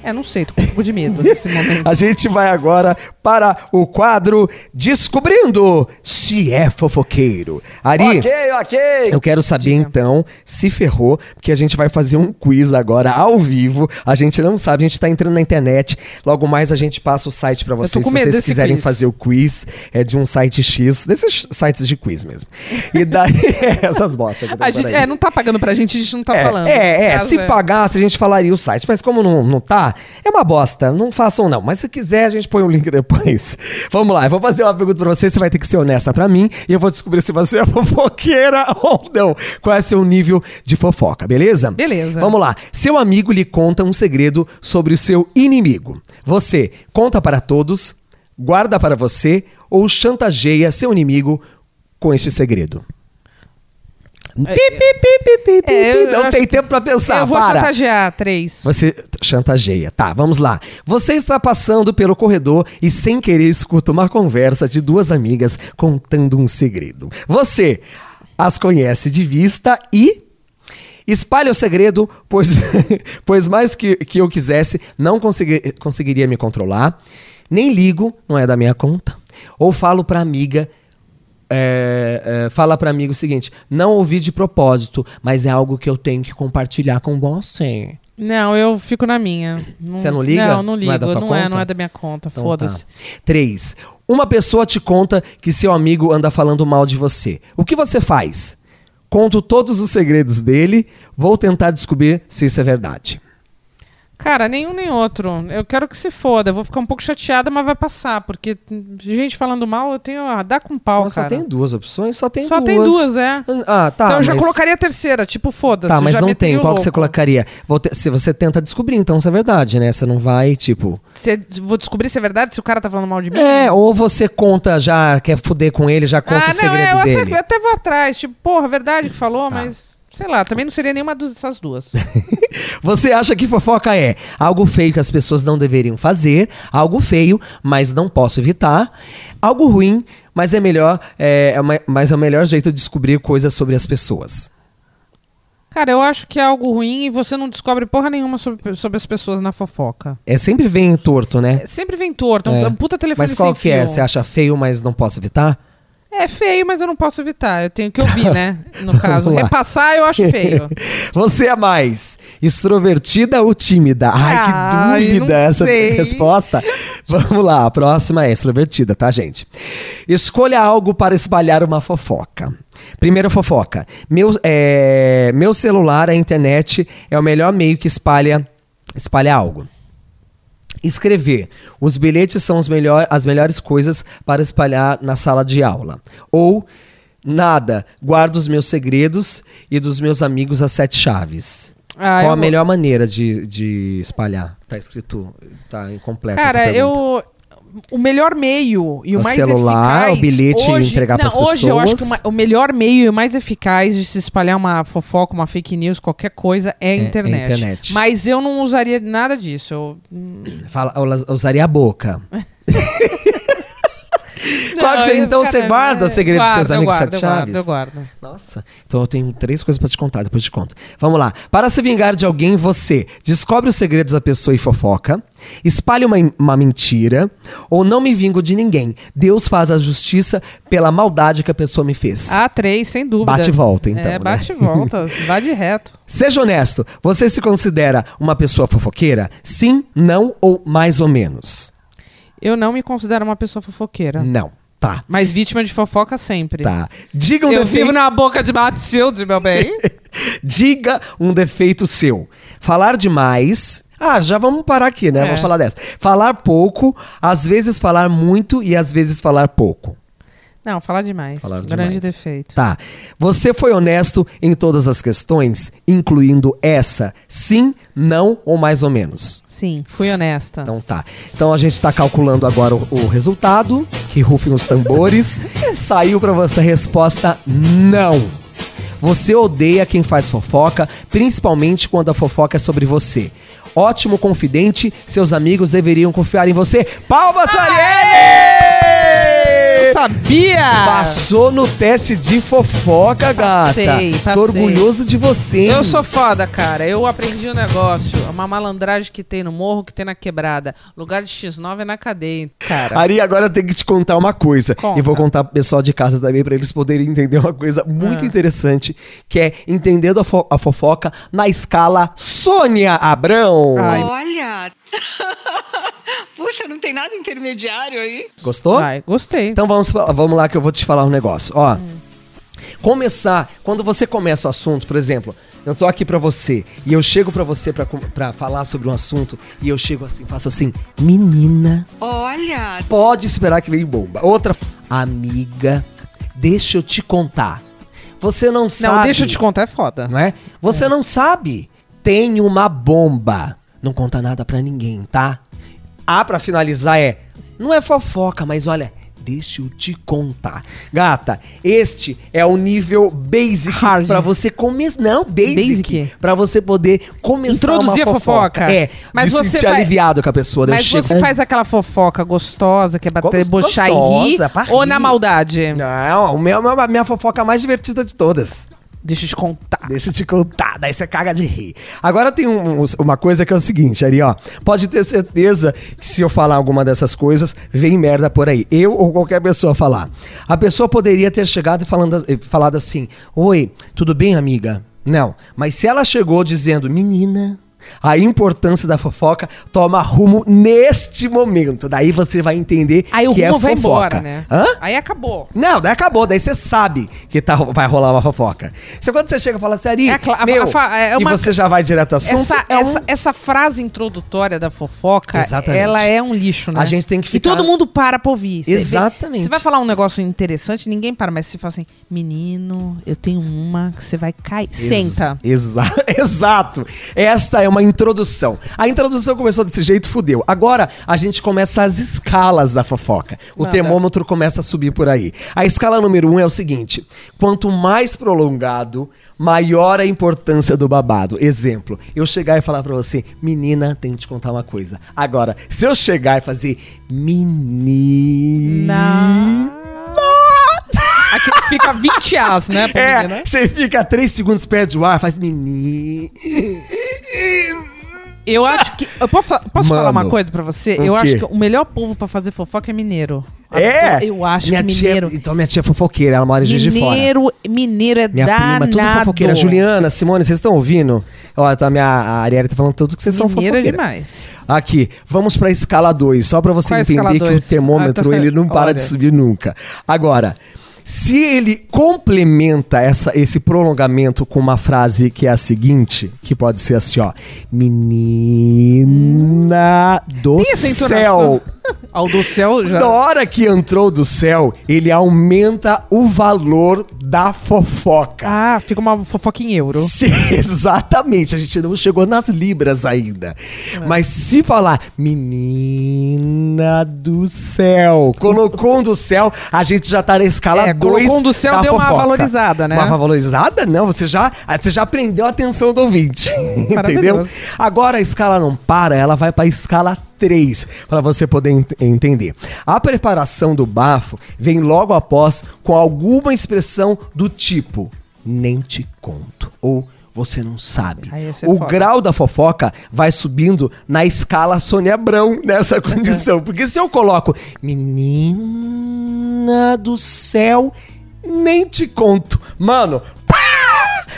[SPEAKER 5] É, não sei, tô com um pouco de medo nesse momento.
[SPEAKER 4] A gente vai agora para o quadro Descobrindo se é fofoqueiro. Ari,
[SPEAKER 6] Ok, ok.
[SPEAKER 4] eu quero saber então se ferrou, porque a gente vai fazer um quiz agora ao vivo. A gente não sabe, a gente tá entrando na internet. Logo mais a gente passa o site para vocês,
[SPEAKER 5] com
[SPEAKER 4] se
[SPEAKER 5] medo
[SPEAKER 4] vocês
[SPEAKER 5] desse
[SPEAKER 4] quiserem
[SPEAKER 5] quiz.
[SPEAKER 4] fazer o quiz, é de um site X, desses sites de quiz mesmo. E daí essas botas.
[SPEAKER 5] A gente,
[SPEAKER 4] peraí.
[SPEAKER 5] é, não tá pagando pra gente, a gente não tá
[SPEAKER 4] É,
[SPEAKER 5] falando.
[SPEAKER 4] É, é.
[SPEAKER 5] Caso
[SPEAKER 4] Se pagasse, a gente falaria o site. Mas como não, não tá, é uma bosta. Não façam, não. Mas se quiser, a gente põe o link depois. Vamos lá, eu vou fazer uma pergunta pra você. Você vai ter que ser honesta pra mim. E eu vou descobrir se você é fofoqueira ou não. Qual é seu nível de fofoca, beleza?
[SPEAKER 5] Beleza.
[SPEAKER 4] Vamos lá. Seu amigo lhe conta um segredo sobre o seu inimigo. Você conta para todos, guarda para você ou chantageia seu inimigo com este segredo? Pi, pi, pi, pi, ti, ti,
[SPEAKER 5] É, eu
[SPEAKER 4] ti. não
[SPEAKER 5] acho
[SPEAKER 4] tem
[SPEAKER 5] que-
[SPEAKER 4] tempo pra pensar,
[SPEAKER 5] Eu vou
[SPEAKER 4] para.
[SPEAKER 5] chantagear três.
[SPEAKER 4] Você chantageia. Tá, vamos lá. Você está passando pelo corredor e sem querer escuta uma conversa de duas amigas contando um segredo. Você as conhece de vista e espalha o segredo, pois, pois mais que, que eu quisesse, não consegui- conseguiria me controlar. Nem ligo, não é da minha conta. Ou falo pra amiga é, é, fala pra amigo o seguinte: não ouvi de propósito, mas é algo que eu tenho que compartilhar com você.
[SPEAKER 5] Não, eu fico na minha.
[SPEAKER 4] Você não liga?
[SPEAKER 5] Não, não
[SPEAKER 4] Não é
[SPEAKER 5] ligo.
[SPEAKER 4] da tua
[SPEAKER 5] não, é,
[SPEAKER 4] conta?
[SPEAKER 5] não é da minha conta,
[SPEAKER 4] Então
[SPEAKER 5] foda-se.
[SPEAKER 4] tá. Três. Uma pessoa te conta que seu amigo anda falando mal de você. O que você faz? Conto todos os segredos dele, vou tentar descobrir se isso é verdade.
[SPEAKER 5] Cara, nenhum nem outro. Eu quero que se foda. Eu vou ficar um pouco chateada, mas vai passar. Porque hum, gente falando mal, eu tenho. Ah, dá com pau,
[SPEAKER 4] Mas só
[SPEAKER 5] cara.
[SPEAKER 4] tem duas opções, só tem
[SPEAKER 5] Só
[SPEAKER 4] duas.
[SPEAKER 5] tem duas, é.
[SPEAKER 4] Ah, tá.
[SPEAKER 5] então eu já
[SPEAKER 4] mas-
[SPEAKER 5] colocaria a terceira, tipo, foda-se.
[SPEAKER 4] Tá, mas
[SPEAKER 5] já
[SPEAKER 4] não
[SPEAKER 5] meti
[SPEAKER 4] tem.
[SPEAKER 5] o
[SPEAKER 4] Qual que você
[SPEAKER 5] louco.
[SPEAKER 4] colocaria? Vou te- Se você tenta descobrir, então se é verdade, né? Você não vai, tipo.
[SPEAKER 5] Cê- vou descobrir se é verdade, se o cara tá falando mal de mim.
[SPEAKER 4] É, ou você conta já, quer fuder com ele, já conta
[SPEAKER 5] ah,
[SPEAKER 4] o segredo
[SPEAKER 5] não, é, eu
[SPEAKER 4] dele. Tá.
[SPEAKER 5] até, até vou atrás. Tipo, porra, verdade que falou, mas. Sei lá, também não seria nenhuma dessas duas.
[SPEAKER 4] Você acha que fofoca é algo feio que as pessoas não deveriam fazer, algo feio, mas não posso evitar, algo ruim, mas é melhor, é, é ma- mas é o melhor jeito de descobrir coisas sobre as pessoas.
[SPEAKER 5] Cara, eu acho que é algo ruim e você não descobre porra nenhuma sobre, sobre as pessoas na fofoca.
[SPEAKER 4] É sempre vem torto, né?
[SPEAKER 5] Sempre vem torto, é um,
[SPEAKER 4] É.
[SPEAKER 5] é um puta telefone
[SPEAKER 4] Mas qual
[SPEAKER 5] sem
[SPEAKER 4] que é?
[SPEAKER 5] fio.
[SPEAKER 4] Você acha feio, mas não posso evitar?
[SPEAKER 5] É feio, mas eu não posso evitar. Eu tenho que ouvir, né? No caso.
[SPEAKER 4] Vamos lá.
[SPEAKER 5] Repassar eu acho feio.
[SPEAKER 4] Você é mais extrovertida ou tímida? Ai,
[SPEAKER 5] Ai,
[SPEAKER 4] que dúvida
[SPEAKER 5] Ah, não
[SPEAKER 4] essa
[SPEAKER 5] sei.
[SPEAKER 4] resposta. Vamos lá, a próxima é extrovertida, tá, gente? Escolha algo para espalhar uma fofoca. Primeira fofoca. Meu, é, meu celular, a internet, é o melhor meio que espalha, espalha algo. Escrever. Os bilhetes são os melhor, as melhores coisas para espalhar na sala de aula. Ou nada, guardo os meus segredos e dos meus amigos as sete chaves.
[SPEAKER 5] Ah,
[SPEAKER 4] Qual
[SPEAKER 5] eu
[SPEAKER 4] a
[SPEAKER 5] go-
[SPEAKER 4] melhor maneira de, de espalhar? Tá escrito, tá incompleta essa
[SPEAKER 5] Cara,
[SPEAKER 4] pergunta.
[SPEAKER 5] eu. o melhor meio e o,
[SPEAKER 4] O
[SPEAKER 5] mais
[SPEAKER 4] celular,
[SPEAKER 5] eficaz.
[SPEAKER 4] o bilhete
[SPEAKER 5] hoje,
[SPEAKER 4] entregar
[SPEAKER 5] não,
[SPEAKER 4] pras
[SPEAKER 5] Hoje eu acho que o,
[SPEAKER 4] pessoas.
[SPEAKER 5] ma- o melhor meio e o mais eficaz de se espalhar uma fofoca, uma fake news, qualquer coisa, é
[SPEAKER 4] é
[SPEAKER 5] a internet.
[SPEAKER 4] internet.
[SPEAKER 5] Mas eu não usaria nada disso. Eu-
[SPEAKER 4] Fala, eu usaria a boca. claro que você,
[SPEAKER 5] eu-
[SPEAKER 4] então você
[SPEAKER 5] cara,
[SPEAKER 4] guarda o
[SPEAKER 5] é,
[SPEAKER 4] segredo
[SPEAKER 5] guardo,
[SPEAKER 4] dos seus
[SPEAKER 5] eu
[SPEAKER 4] amigos
[SPEAKER 5] guardo,
[SPEAKER 4] sete
[SPEAKER 5] eu guardo,
[SPEAKER 4] chaves?
[SPEAKER 5] Eu guardo.
[SPEAKER 4] Nossa, então eu tenho três coisas pra te contar, depois te conto. Vamos lá. Para se vingar de alguém, você descobre os segredos da pessoa e fofoca, espalha uma, uma mentira, ou não me vingo de ninguém. Deus faz a justiça pela maldade que a pessoa me fez.
[SPEAKER 5] Ah. A3, sem dúvida.
[SPEAKER 4] Bate e volta, então, né?
[SPEAKER 5] É, bate e volta. Vai de reto.
[SPEAKER 4] Seja honesto, você se considera uma pessoa fofoqueira? Sim, não ou mais ou menos?
[SPEAKER 5] Eu não me considero uma pessoa fofoqueira.
[SPEAKER 4] Não. Tá.
[SPEAKER 5] Mas vítima de fofoca sempre.
[SPEAKER 4] Tá. Diga um
[SPEAKER 5] Eu
[SPEAKER 4] defen-
[SPEAKER 5] vivo na boca de Matilde, meu bem.
[SPEAKER 4] Diga um defeito seu. Falar demais. Ah, já vamos parar aqui, né?
[SPEAKER 5] É.
[SPEAKER 4] Vamos falar dessa. Falar pouco, às vezes falar muito e às vezes falar pouco.
[SPEAKER 5] Não, falar demais.
[SPEAKER 4] Falar demais.
[SPEAKER 5] Grande defeito.
[SPEAKER 4] Tá. Você foi honesto em todas as questões, incluindo essa? Sim, não ou mais ou menos?
[SPEAKER 5] Sim, fui honesta.
[SPEAKER 4] Então tá. Então a gente tá calculando agora o, o resultado, que rufem os tambores. Saiu pra você a resposta não. Você odeia quem faz fofoca, principalmente quando a fofoca é sobre você. Ótimo confidente, seus amigos deveriam confiar em você. Palmas para ele!
[SPEAKER 5] Eu sabia!
[SPEAKER 4] Passou no teste de fofoca, gata.
[SPEAKER 5] Passei,
[SPEAKER 4] Tô
[SPEAKER 5] passei.
[SPEAKER 4] orgulhoso de você. hein?
[SPEAKER 5] Eu sou foda, cara. Eu aprendi um negócio. É Uma malandragem que tem no morro, que tem na quebrada. Lugar de X9 é na cadeia, cara.
[SPEAKER 4] Ari, agora eu tenho que te contar uma coisa.
[SPEAKER 5] Conta.
[SPEAKER 4] E vou contar pro pessoal de casa também, pra eles poderem entender uma coisa muito interessante, que é entendendo a, fo- a fofoca na escala Sônia Abrão.
[SPEAKER 3] Olha! Puxa, não tem nada intermediário aí?
[SPEAKER 4] Gostou?
[SPEAKER 5] Vai, gostei.
[SPEAKER 4] Então vamos, fa- vamos lá que eu vou te falar um negócio. Ó, começar, quando você começa o assunto, por exemplo, eu tô aqui pra você e eu chego pra você pra com- pra falar sobre um assunto e eu chego assim, faço assim, menina,
[SPEAKER 3] Olha!
[SPEAKER 4] pode esperar que vem bomba. Outra, amiga, deixa eu te contar. Você não sabe.
[SPEAKER 5] não, deixa eu te contar, é foda.
[SPEAKER 4] Não é? Você não sabe. Tem uma bomba. Não conta nada pra ninguém, tá? A pra finalizar é. Não é fofoca, mas olha. Deixa eu te contar. Gata, este é o nível basic
[SPEAKER 5] Hard.
[SPEAKER 4] pra você começar. Não, basic,
[SPEAKER 5] Basic.
[SPEAKER 4] Pra você poder começar
[SPEAKER 5] Introduzir
[SPEAKER 4] é uma
[SPEAKER 5] a
[SPEAKER 4] fofoca.
[SPEAKER 5] fofoca.
[SPEAKER 4] É,
[SPEAKER 5] Mas
[SPEAKER 4] mas de
[SPEAKER 5] você
[SPEAKER 4] sentir
[SPEAKER 5] vai-
[SPEAKER 4] aliviado com a pessoa. né? um daí eu chego-
[SPEAKER 5] Mas você faz aquela fofoca gostosa, que é bater,
[SPEAKER 4] Gos-
[SPEAKER 5] bochar e rir,
[SPEAKER 4] gostosa, é pra rir.
[SPEAKER 5] ou na maldade?
[SPEAKER 4] Não, o meu, é a minha fofoca mais divertida de todas.
[SPEAKER 5] Deixa eu te contar.
[SPEAKER 4] Deixa eu te contar, daí você caga de rir. Agora tem um- um- uma coisa que é o seguinte, Ari, ó. Pode ter certeza que se eu falar alguma dessas coisas, vem merda por aí. Eu ou qualquer pessoa falar. A pessoa poderia ter chegado e falando, eh, falado assim: Oi, tudo bem, amiga? Não. Mas se ela chegou dizendo, menina. A importância da fofoca toma rumo neste momento. Daí você vai entender
[SPEAKER 5] Aí o
[SPEAKER 4] que é
[SPEAKER 5] rumo
[SPEAKER 4] fofoca.
[SPEAKER 5] vai embora, né?
[SPEAKER 4] Hã?
[SPEAKER 5] Aí acabou.
[SPEAKER 4] Não, daí acabou, daí você sabe que tá, vai rolar uma fofoca. Você quando você chega e fala assim, Ari,
[SPEAKER 5] É a cla- a-
[SPEAKER 4] meu,
[SPEAKER 5] a fa- é uma-
[SPEAKER 4] e você já vai direto ao assunto,
[SPEAKER 5] Essa,
[SPEAKER 4] é um-
[SPEAKER 5] essa, essa frase introdutória da fofoca,
[SPEAKER 4] Exatamente.
[SPEAKER 5] ela é um lixo, né?
[SPEAKER 4] A gente tem que ficar-
[SPEAKER 5] E todo mundo para pra ouvir. Você vê-
[SPEAKER 4] Exatamente.
[SPEAKER 5] Você vai falar um negócio interessante, ninguém para, mas você fala assim, menino, eu tenho uma que você vai cair. Senta.
[SPEAKER 4] Ex- exa- Exato. Esta é uma introdução. A introdução começou desse jeito, fudeu. Agora a gente começa as escalas da fofoca. O
[SPEAKER 5] Manda.
[SPEAKER 4] termômetro começa a subir por aí. A escala número um é o seguinte: quanto mais prolongado, maior a importância do babado. Exemplo, eu chegar e falar pra você, menina, tenho que te contar uma coisa. Agora, se eu chegar e fazer, menina.
[SPEAKER 5] Aqui fica 20 as, né? pra
[SPEAKER 4] É,
[SPEAKER 5] menina?
[SPEAKER 4] você fica três segundos perto do ar, faz menina.
[SPEAKER 5] Eu acho que. Eu posso fa- posso
[SPEAKER 4] Mano,
[SPEAKER 5] falar uma coisa pra você?
[SPEAKER 4] o
[SPEAKER 5] Eu acho
[SPEAKER 4] quê?
[SPEAKER 5] que o melhor povo pra fazer fofoca é mineiro.
[SPEAKER 4] É?
[SPEAKER 5] Eu acho
[SPEAKER 4] minha
[SPEAKER 5] que
[SPEAKER 4] tia-
[SPEAKER 5] mineiro.
[SPEAKER 4] então minha tia é fofoqueira, ela mora em Juiz de Fora.
[SPEAKER 5] Mineiro, mineiro é
[SPEAKER 4] Minha
[SPEAKER 5] danado.
[SPEAKER 4] prima, tudo fofoqueira. Juliana, Simone, vocês estão ouvindo? Ó, tá, minha, a Ariela tá falando tudo que vocês são
[SPEAKER 5] Mineiro é
[SPEAKER 4] fofoqueiras.
[SPEAKER 5] demais.
[SPEAKER 4] Aqui, vamos pra escala 2, só pra você
[SPEAKER 5] Qual é a escala
[SPEAKER 4] entender que o
[SPEAKER 5] dois?
[SPEAKER 4] termômetro,
[SPEAKER 5] Ah, tá.
[SPEAKER 4] ele não para
[SPEAKER 5] Olha.
[SPEAKER 4] de subir nunca. Agora, se ele complementa essa, esse prolongamento com uma frase que é a seguinte, que pode ser assim, ó. Menina do
[SPEAKER 5] Hum. Tem essa entonação?
[SPEAKER 4] céu.
[SPEAKER 5] Ao do céu já.
[SPEAKER 4] Da hora que entrou do céu, ele aumenta o valor da fofoca.
[SPEAKER 5] Ah, fica uma fofoca em euro.
[SPEAKER 4] Se- exatamente, a gente não chegou nas libras ainda. Mas se falar, menina do céu, colocou um do céu, a gente já tá na escala
[SPEAKER 5] É,
[SPEAKER 4] 2.
[SPEAKER 5] colocou um do céu,
[SPEAKER 4] da
[SPEAKER 5] deu uma
[SPEAKER 4] fofoca.
[SPEAKER 5] valorizada, né?
[SPEAKER 4] Uma valorizada? Não, você já, ah, você já prendeu a atenção do ouvinte. entendeu?
[SPEAKER 5] Maravilhoso.
[SPEAKER 4] Agora a escala não para, ela vai pra escala 3, para você poder ent- entender. A preparação do bafo vem logo após com alguma expressão do tipo nem te conto ou você não sabe.
[SPEAKER 5] Aí esse é
[SPEAKER 4] o
[SPEAKER 5] foda.
[SPEAKER 4] grau da fofoca vai subindo na escala Sônia Abrão nessa condição, porque se eu coloco menina do céu, nem te conto. Mano, pá!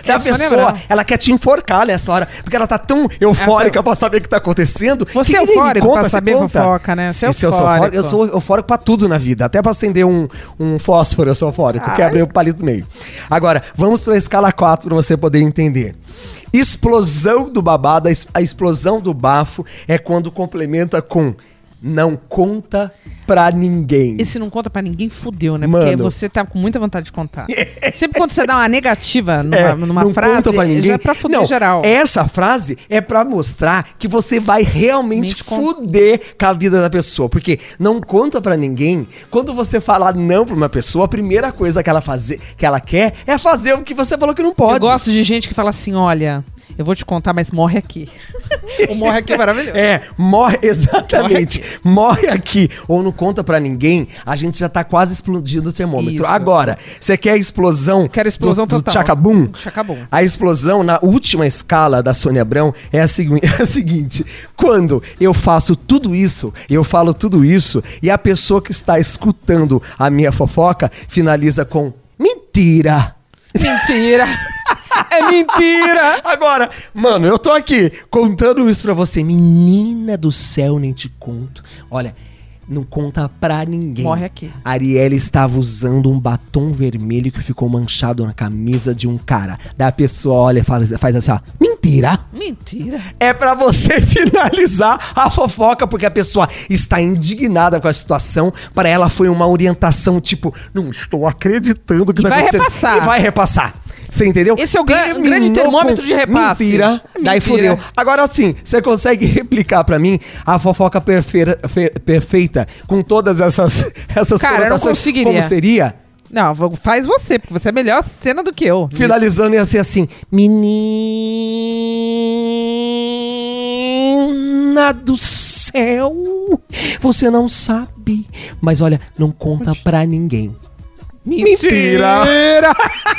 [SPEAKER 4] Da
[SPEAKER 5] É Sônia
[SPEAKER 4] pessoa,
[SPEAKER 5] Abrão. É
[SPEAKER 4] ela quer te enforcar nessa hora, porque ela tá tão eufórica pra saber o que tá acontecendo.
[SPEAKER 5] Você
[SPEAKER 4] que
[SPEAKER 5] é
[SPEAKER 4] nem me
[SPEAKER 5] eufórico
[SPEAKER 4] conta,
[SPEAKER 5] pra
[SPEAKER 4] você
[SPEAKER 5] saber
[SPEAKER 4] conta?
[SPEAKER 5] fofoca, né? Você
[SPEAKER 4] Se,
[SPEAKER 5] é
[SPEAKER 4] se eu sou eufórico, eu
[SPEAKER 5] eufórico.
[SPEAKER 4] sou eufórico pra tudo na vida. Até pra acender um, um fósforo, eu sou eufórico.
[SPEAKER 5] Ai.
[SPEAKER 4] Quebrei o palito no meio. Agora, vamos pra escala 4 pra você poder entender. Explosão do babado, a es- a explosão do bafo é quando complementa com não conta pra ninguém.
[SPEAKER 5] E se não conta pra ninguém, fudeu, né? Porque
[SPEAKER 4] Mano.
[SPEAKER 5] você tá com muita vontade de contar. Sempre quando você dá uma negativa numa,
[SPEAKER 4] É,
[SPEAKER 5] numa
[SPEAKER 4] não
[SPEAKER 5] frase,
[SPEAKER 4] conta pra ninguém.
[SPEAKER 5] já é pra fuder
[SPEAKER 4] não,
[SPEAKER 5] geral.
[SPEAKER 4] Essa frase é pra mostrar que você vai realmente
[SPEAKER 5] Mente com-
[SPEAKER 4] fuder com a vida da pessoa, porque não conta pra ninguém. Quando você falar não pra uma pessoa, a primeira coisa que ela fazer, que ela quer é fazer o que você falou que não pode.
[SPEAKER 5] Eu gosto de gente que fala assim, olha, eu vou te contar, mas morre aqui. o morre aqui é maravilhoso.
[SPEAKER 4] É, morre, exatamente. Morre aqui. Ou não conta pra ninguém, a gente já tá quase explodindo o termômetro.
[SPEAKER 5] Isso.
[SPEAKER 4] Agora, você quer a explosão?
[SPEAKER 5] Quero a explosão
[SPEAKER 4] do,
[SPEAKER 5] total.
[SPEAKER 4] Do tchacabum?
[SPEAKER 5] Tchacabum.
[SPEAKER 4] A explosão na última escala da Sônia Abrão é a, segui- é a seguinte: quando eu faço tudo isso, eu falo tudo isso, e a pessoa que está escutando a minha fofoca finaliza com mentira.
[SPEAKER 5] Mentira! é mentira!
[SPEAKER 4] Agora, mano, eu tô aqui contando isso pra você. Menina do céu, nem te conto. Olha, não conta pra ninguém.
[SPEAKER 5] Morre aqui.
[SPEAKER 4] Arielle estava usando um batom vermelho que ficou manchado na camisa de um cara. Daí a pessoa olha e faz, faz assim, ó. Mentira!
[SPEAKER 5] Mentira!
[SPEAKER 4] É pra você finalizar a fofoca, porque a pessoa está indignada com a situação. Pra ela foi uma orientação tipo, não estou acreditando que
[SPEAKER 5] E
[SPEAKER 4] tá
[SPEAKER 5] vai
[SPEAKER 4] acontecendo.
[SPEAKER 5] repassar.
[SPEAKER 4] E vai repassar. Você entendeu?
[SPEAKER 5] Esse é o gran-
[SPEAKER 4] Terminou
[SPEAKER 5] grande termômetro de repasse.
[SPEAKER 4] Mentira.
[SPEAKER 5] É
[SPEAKER 4] Daí
[SPEAKER 5] mentira.
[SPEAKER 4] fudeu. Agora sim, você consegue replicar pra mim a fofoca perfeira- fe- perfeita com todas essas essas
[SPEAKER 5] Cara, eu não
[SPEAKER 4] conotações?
[SPEAKER 5] conseguiria.
[SPEAKER 4] Como seria?
[SPEAKER 5] Não, vou- faz você, porque você é a melhor cena do que eu.
[SPEAKER 4] Finalizando ia ser assim: Menina do céu, você não sabe, mas olha, não conta pra ninguém.
[SPEAKER 5] Mentira!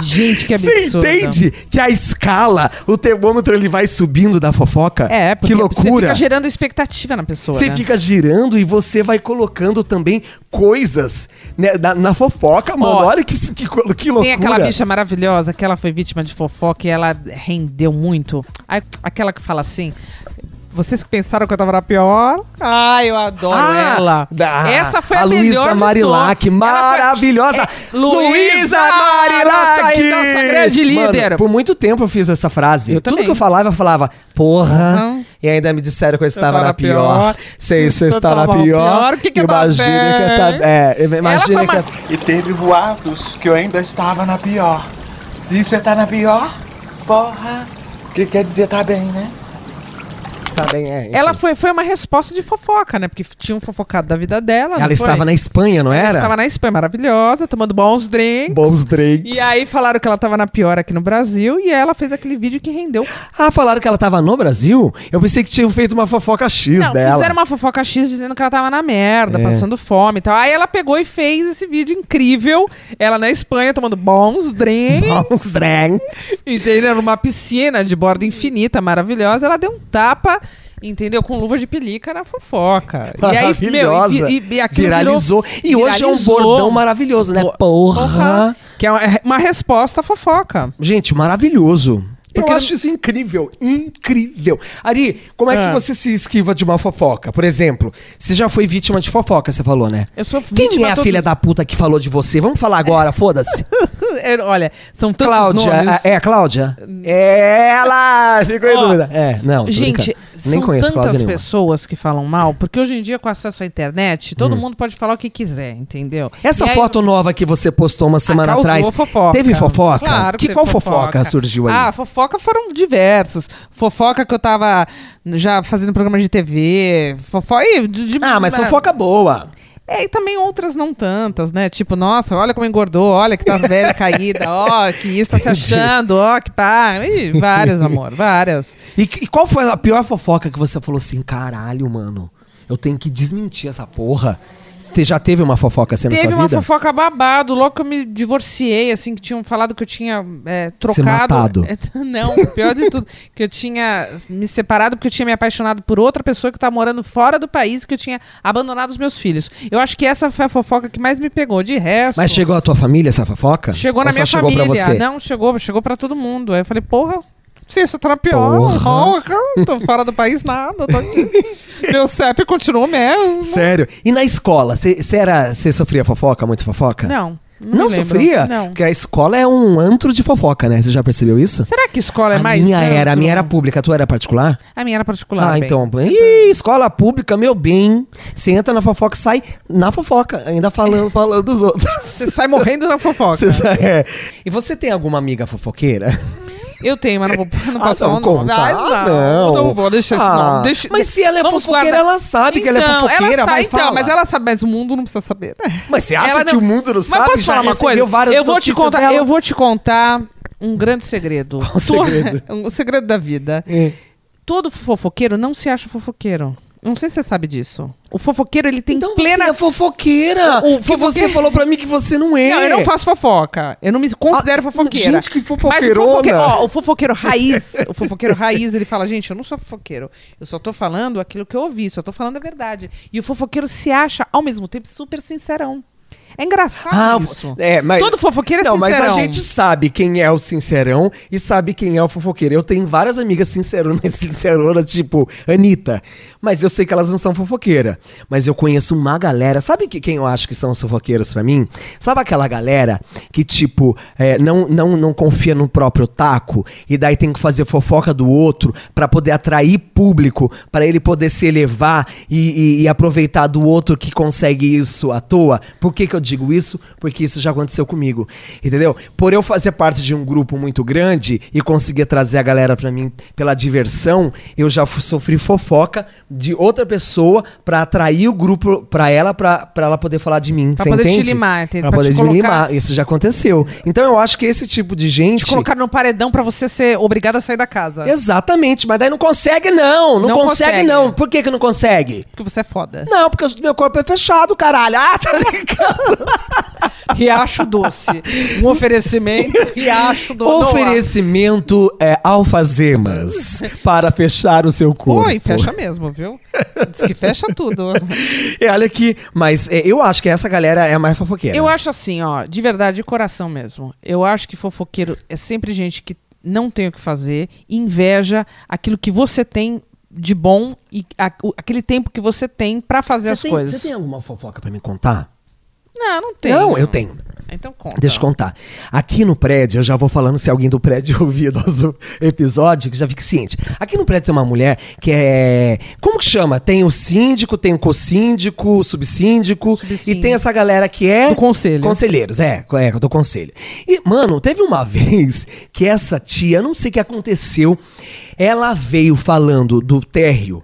[SPEAKER 5] Gente, que
[SPEAKER 4] Você
[SPEAKER 5] absurdo.
[SPEAKER 4] entende que a escala, o termômetro ele vai subindo da fofoca?
[SPEAKER 5] É, porque
[SPEAKER 4] que loucura.
[SPEAKER 5] você fica gerando expectativa na pessoa,
[SPEAKER 4] Você
[SPEAKER 5] né?
[SPEAKER 4] fica girando e você vai colocando também coisas né, na, na fofoca, mano.
[SPEAKER 5] Ó,
[SPEAKER 4] Olha que, que, co- que loucura.
[SPEAKER 5] Tem aquela bicha maravilhosa que ela foi vítima de fofoca e ela rendeu muito. Ai, Aquela que fala assim. Vocês que pensaram que eu tava na pior? Ai, eu adoro
[SPEAKER 4] Ah,
[SPEAKER 5] ela.
[SPEAKER 4] da-
[SPEAKER 5] Essa foi
[SPEAKER 4] a
[SPEAKER 5] a, melhor.
[SPEAKER 4] Luísa
[SPEAKER 5] de
[SPEAKER 4] Marilac,
[SPEAKER 5] todas. Ela foi-
[SPEAKER 4] maravilhosa.
[SPEAKER 5] É, Luísa Marilac! Nossa, nossa grande líder.
[SPEAKER 4] Mano, por muito tempo eu fiz essa frase.
[SPEAKER 5] Eu
[SPEAKER 4] Tudo
[SPEAKER 5] também.
[SPEAKER 4] que eu falava, eu falava, porra.
[SPEAKER 5] Uhum.
[SPEAKER 4] E ainda me disseram que eu estava
[SPEAKER 5] tava
[SPEAKER 4] na pior.
[SPEAKER 5] pior.
[SPEAKER 4] Sei,
[SPEAKER 5] Se
[SPEAKER 4] você
[SPEAKER 5] você
[SPEAKER 4] está na
[SPEAKER 5] tava
[SPEAKER 4] pior.
[SPEAKER 5] pior, que que eu tava
[SPEAKER 4] imagina que eu tava.
[SPEAKER 5] bem?
[SPEAKER 4] É,
[SPEAKER 5] Ela
[SPEAKER 4] imagina
[SPEAKER 5] foi
[SPEAKER 4] que eu
[SPEAKER 5] uma-
[SPEAKER 7] E teve boatos que eu ainda estava na pior. Se você tá na pior, porra. Que quer dizer tá bem, né?
[SPEAKER 4] tá bem. É, enfim.
[SPEAKER 5] Ela foi, foi uma resposta de fofoca, né? Porque tinha um fofocado da vida dela.
[SPEAKER 4] Ela estava na Espanha, não
[SPEAKER 5] Ela
[SPEAKER 4] era?
[SPEAKER 5] estava na Espanha, maravilhosa, tomando bons drinks.
[SPEAKER 4] Bons drinks.
[SPEAKER 5] E aí falaram que ela tava na pior aqui no Brasil e ela fez aquele vídeo que rendeu.
[SPEAKER 4] Ah, falaram que ela tava no Brasil? Eu pensei que tinham feito uma fofoca X
[SPEAKER 5] Não,
[SPEAKER 4] dela.
[SPEAKER 5] fizeram uma fofoca X dizendo que ela tava na merda,
[SPEAKER 4] É.
[SPEAKER 5] passando fome e tal. Aí ela pegou e fez esse vídeo incrível. Ela na Espanha tomando bons drinks.
[SPEAKER 4] Bons drinks.
[SPEAKER 5] Entendeu? Numa piscina de borda infinita, maravilhosa. Ela deu um tapa, entendeu? Com luva de pelica na fofoca. E aí, meu,
[SPEAKER 4] Maravilhosa.
[SPEAKER 5] e, e, e aquilo
[SPEAKER 4] viralizou.
[SPEAKER 5] virou-
[SPEAKER 4] e hoje é um
[SPEAKER 5] viralizou.
[SPEAKER 4] bordão maravilhoso, né?
[SPEAKER 5] Bo-
[SPEAKER 4] Porra.
[SPEAKER 5] Porra. Que é uma, é uma resposta à fofoca.
[SPEAKER 4] Gente, maravilhoso.
[SPEAKER 5] Porque-
[SPEAKER 4] Eu acho isso incrível, incrível. Ari, como é, que
[SPEAKER 5] Ah.
[SPEAKER 4] você se esquiva de uma fofoca? Por exemplo, você já foi vítima de fofoca, você falou, né?
[SPEAKER 5] Eu sou
[SPEAKER 4] Quem
[SPEAKER 5] vítima
[SPEAKER 4] é a
[SPEAKER 5] todo-
[SPEAKER 4] filha da puta que falou de você? Vamos falar agora, foda-se.
[SPEAKER 5] é, olha, são tantos
[SPEAKER 4] Cláudia.
[SPEAKER 5] nomes. Hum.
[SPEAKER 4] a- É, a Cláudia? É ela! Ficou em
[SPEAKER 5] Ó,
[SPEAKER 4] dúvida. É, não. tô
[SPEAKER 5] Gente,
[SPEAKER 4] brincando.
[SPEAKER 5] são
[SPEAKER 4] nem conheço
[SPEAKER 5] tantas
[SPEAKER 4] Cláudia nenhuma.
[SPEAKER 5] pessoas que falam mal, porque hoje em dia, com acesso à internet, todo mundo pode falar o que quiser, entendeu?
[SPEAKER 4] Hum. Essa
[SPEAKER 5] E aí-
[SPEAKER 4] foto nova que você postou uma semana
[SPEAKER 5] Ah, causou
[SPEAKER 4] atrás.
[SPEAKER 5] Fofoca.
[SPEAKER 4] Teve fofoca?
[SPEAKER 5] Claro
[SPEAKER 4] que
[SPEAKER 5] teve
[SPEAKER 4] qual fofoca. surgiu aí?
[SPEAKER 5] Ah, fofoca foram diversos. Fofoca que eu tava já fazendo programa de TV. Fofoca. e de- de-
[SPEAKER 4] Ah, mas fofoca boa.
[SPEAKER 5] É, e também outras não tantas, né? Tipo, nossa, olha como engordou, olha que tá velha caída, ó, que isso tá se achando, ó, que pá. Ih, várias, amor, várias.
[SPEAKER 4] E, que- e qual foi a pior fofoca que você falou assim, caralho, mano, eu tenho que desmentir essa porra? Você já teve uma fofoca assim na
[SPEAKER 5] Teve
[SPEAKER 4] sua
[SPEAKER 5] uma
[SPEAKER 4] vida?
[SPEAKER 5] fofoca babado, logo que eu me divorciei, assim, que tinham falado que eu tinha é, trocado.
[SPEAKER 4] matado.
[SPEAKER 5] É, não, pior de tudo, que eu tinha me separado porque eu tinha me apaixonado por outra pessoa que tá morando fora do país, que eu tinha abandonado os meus filhos. Eu acho que essa foi a fofoca que mais me pegou. De resto.
[SPEAKER 4] Mas chegou à tua família essa fofoca?
[SPEAKER 5] Chegou
[SPEAKER 4] Ou
[SPEAKER 5] na
[SPEAKER 4] só
[SPEAKER 5] minha
[SPEAKER 4] chegou
[SPEAKER 5] família.
[SPEAKER 4] Pra você?
[SPEAKER 5] Não, chegou, chegou pra todo mundo. Aí eu falei, porra, se isso tá na pior,
[SPEAKER 4] Porra.
[SPEAKER 5] porra, tô fora do país nada, tô aqui. Meu CEP continuou mesmo.
[SPEAKER 4] Sério? E na escola, você era, você sofria fofoca, muito fofoca?
[SPEAKER 5] Não.
[SPEAKER 4] Não,
[SPEAKER 5] Não, me lembro.
[SPEAKER 4] sofria?
[SPEAKER 5] Não.
[SPEAKER 4] Porque a escola é um antro de fofoca, né? Você já percebeu isso?
[SPEAKER 5] Será que escola é
[SPEAKER 4] a
[SPEAKER 5] mais.
[SPEAKER 4] minha era, a
[SPEAKER 5] dentro?
[SPEAKER 4] minha era pública, a tua era particular?
[SPEAKER 5] A minha era particular.
[SPEAKER 4] ah,
[SPEAKER 5] bem.
[SPEAKER 4] então.
[SPEAKER 5] Sempre-
[SPEAKER 4] Ih, escola pública, meu bem. Você entra na fofoca, sai na fofoca, ainda falando, falando dos outros.
[SPEAKER 5] Você sai morrendo na fofoca.
[SPEAKER 4] Você já é. E você tem alguma amiga fofoqueira?
[SPEAKER 5] Eu tenho, mas não, vou, não
[SPEAKER 4] Ah,
[SPEAKER 5] posso
[SPEAKER 4] não,
[SPEAKER 5] falar o nome.
[SPEAKER 4] conta.
[SPEAKER 5] Ai,
[SPEAKER 4] Ah, não.
[SPEAKER 5] não. Então vou deixar esse
[SPEAKER 4] Ah,
[SPEAKER 5] nome. Deixa-
[SPEAKER 4] mas se ela é
[SPEAKER 5] Vamos
[SPEAKER 4] fofoqueira,
[SPEAKER 5] guardar.
[SPEAKER 4] ela sabe que ela é
[SPEAKER 5] Então,
[SPEAKER 4] fofoqueira,
[SPEAKER 5] Ela
[SPEAKER 4] vai,
[SPEAKER 5] sabe, então,
[SPEAKER 4] fala.
[SPEAKER 5] mas ela sabe, mas o mundo não precisa saber. né?
[SPEAKER 4] Mas você acha
[SPEAKER 5] Ela
[SPEAKER 4] que o mundo não
[SPEAKER 5] mas
[SPEAKER 4] sabe?
[SPEAKER 5] Posso
[SPEAKER 4] Já
[SPEAKER 5] falar uma
[SPEAKER 4] recebeu
[SPEAKER 5] coisa?
[SPEAKER 4] várias
[SPEAKER 5] eu vou te
[SPEAKER 4] notícias
[SPEAKER 5] contar,
[SPEAKER 4] dela.
[SPEAKER 5] Eu vou te contar um grande segredo. Qual
[SPEAKER 4] segredo?
[SPEAKER 5] um segredo da vida.
[SPEAKER 4] É.
[SPEAKER 5] Todo fofoqueiro não se acha fofoqueiro. Não sei se você sabe disso. O fofoqueiro, ele tem
[SPEAKER 4] Então
[SPEAKER 5] plena...
[SPEAKER 4] você é fofoqueira.
[SPEAKER 5] O- o
[SPEAKER 4] que você
[SPEAKER 5] fofoqueiro-
[SPEAKER 4] falou pra mim que você não é.
[SPEAKER 5] Não, eu não faço fofoca. Eu não me considero
[SPEAKER 4] Ah,
[SPEAKER 5] fofoqueira.
[SPEAKER 4] gente, que
[SPEAKER 5] Mas o
[SPEAKER 4] fofoqueirona.
[SPEAKER 5] fofoqueiro, ó, o fofoqueiro raiz, o fofoqueiro raiz, ele fala, gente, eu não sou fofoqueiro. Eu só tô falando aquilo que eu ouvi, só tô falando a verdade. E o fofoqueiro se acha, ao mesmo tempo, super sincerão. É engraçado
[SPEAKER 4] Ah,
[SPEAKER 5] isso.
[SPEAKER 4] é, mas...
[SPEAKER 5] Todo fofoqueiro é
[SPEAKER 4] Não,
[SPEAKER 5] sincerão.
[SPEAKER 4] mas a gente sabe quem é o sincerão e sabe quem é o fofoqueiro. Eu tenho várias amigas sinceronas, sinceronas, tipo Anitta. Mas eu sei que elas não são fofoqueiras. Mas eu conheço uma galera. Sabe que, quem eu acho que são os fofoqueiros pra mim? Sabe aquela galera que, tipo, é, não, não, não confia no próprio taco e daí tem que fazer fofoca do outro pra poder atrair público, pra ele poder se elevar e, e- e aproveitar do outro que consegue isso à toa? Por que, que eu digo isso? Porque isso já aconteceu comigo, entendeu? Por eu fazer parte de um grupo muito grande e conseguir trazer a galera pra mim pela diversão, eu já fu- sofri fofoca de outra pessoa pra atrair o grupo pra ela, pra, pra ela poder falar de mim.
[SPEAKER 5] Pra
[SPEAKER 4] você
[SPEAKER 5] poder te
[SPEAKER 4] entende?
[SPEAKER 5] limar, te-
[SPEAKER 4] pra,
[SPEAKER 5] pra
[SPEAKER 4] poder
[SPEAKER 5] te
[SPEAKER 4] me
[SPEAKER 5] colocar-
[SPEAKER 4] limar. Isso já aconteceu. Então eu acho que esse tipo de gente.
[SPEAKER 5] Te colocar no paredão pra você ser obrigada a sair da casa.
[SPEAKER 4] Exatamente, mas daí não consegue, não. Não,
[SPEAKER 5] Não
[SPEAKER 4] consegue,
[SPEAKER 5] consegue.
[SPEAKER 4] não. Por que, que não consegue?
[SPEAKER 5] Porque você é foda.
[SPEAKER 4] Não, porque o meu corpo é fechado, caralho. Ah, tá brincando.
[SPEAKER 5] Riacho Doce. Um oferecimento, Riacho Doce.
[SPEAKER 4] Oferecimento é, alfazemas para fechar o seu corpo.
[SPEAKER 5] Oi, fecha mesmo, viu? Diz que fecha tudo.
[SPEAKER 4] É, olha aqui, mas é, eu acho que essa galera é a mais fofoqueira.
[SPEAKER 5] Eu acho assim, ó, de verdade, de coração mesmo. Eu acho que fofoqueiro é sempre gente que não tem o que fazer, inveja aquilo que você tem de bom e a- o- aquele tempo que você tem pra fazer as
[SPEAKER 4] você tem,
[SPEAKER 5] coisas.
[SPEAKER 4] Você tem um- alguma fofoca pra me contar?
[SPEAKER 5] Não, não tenho.
[SPEAKER 4] Não, eu tenho.
[SPEAKER 5] Então conta.
[SPEAKER 4] Deixa eu contar. Aqui no prédio, eu já vou falando se alguém do prédio ouvir nosso episódio, que já fique ciente. Aqui no prédio tem uma mulher que é. Como que chama? Tem o síndico, tem o co-síndico, subsíndico,
[SPEAKER 5] Subsíndico.
[SPEAKER 4] e tem essa galera que é.
[SPEAKER 5] Do conselho.
[SPEAKER 4] Conselheiros, é, é, do conselho. E, mano, teve uma vez que essa tia, eu não sei o que aconteceu, ela veio falando do térreo.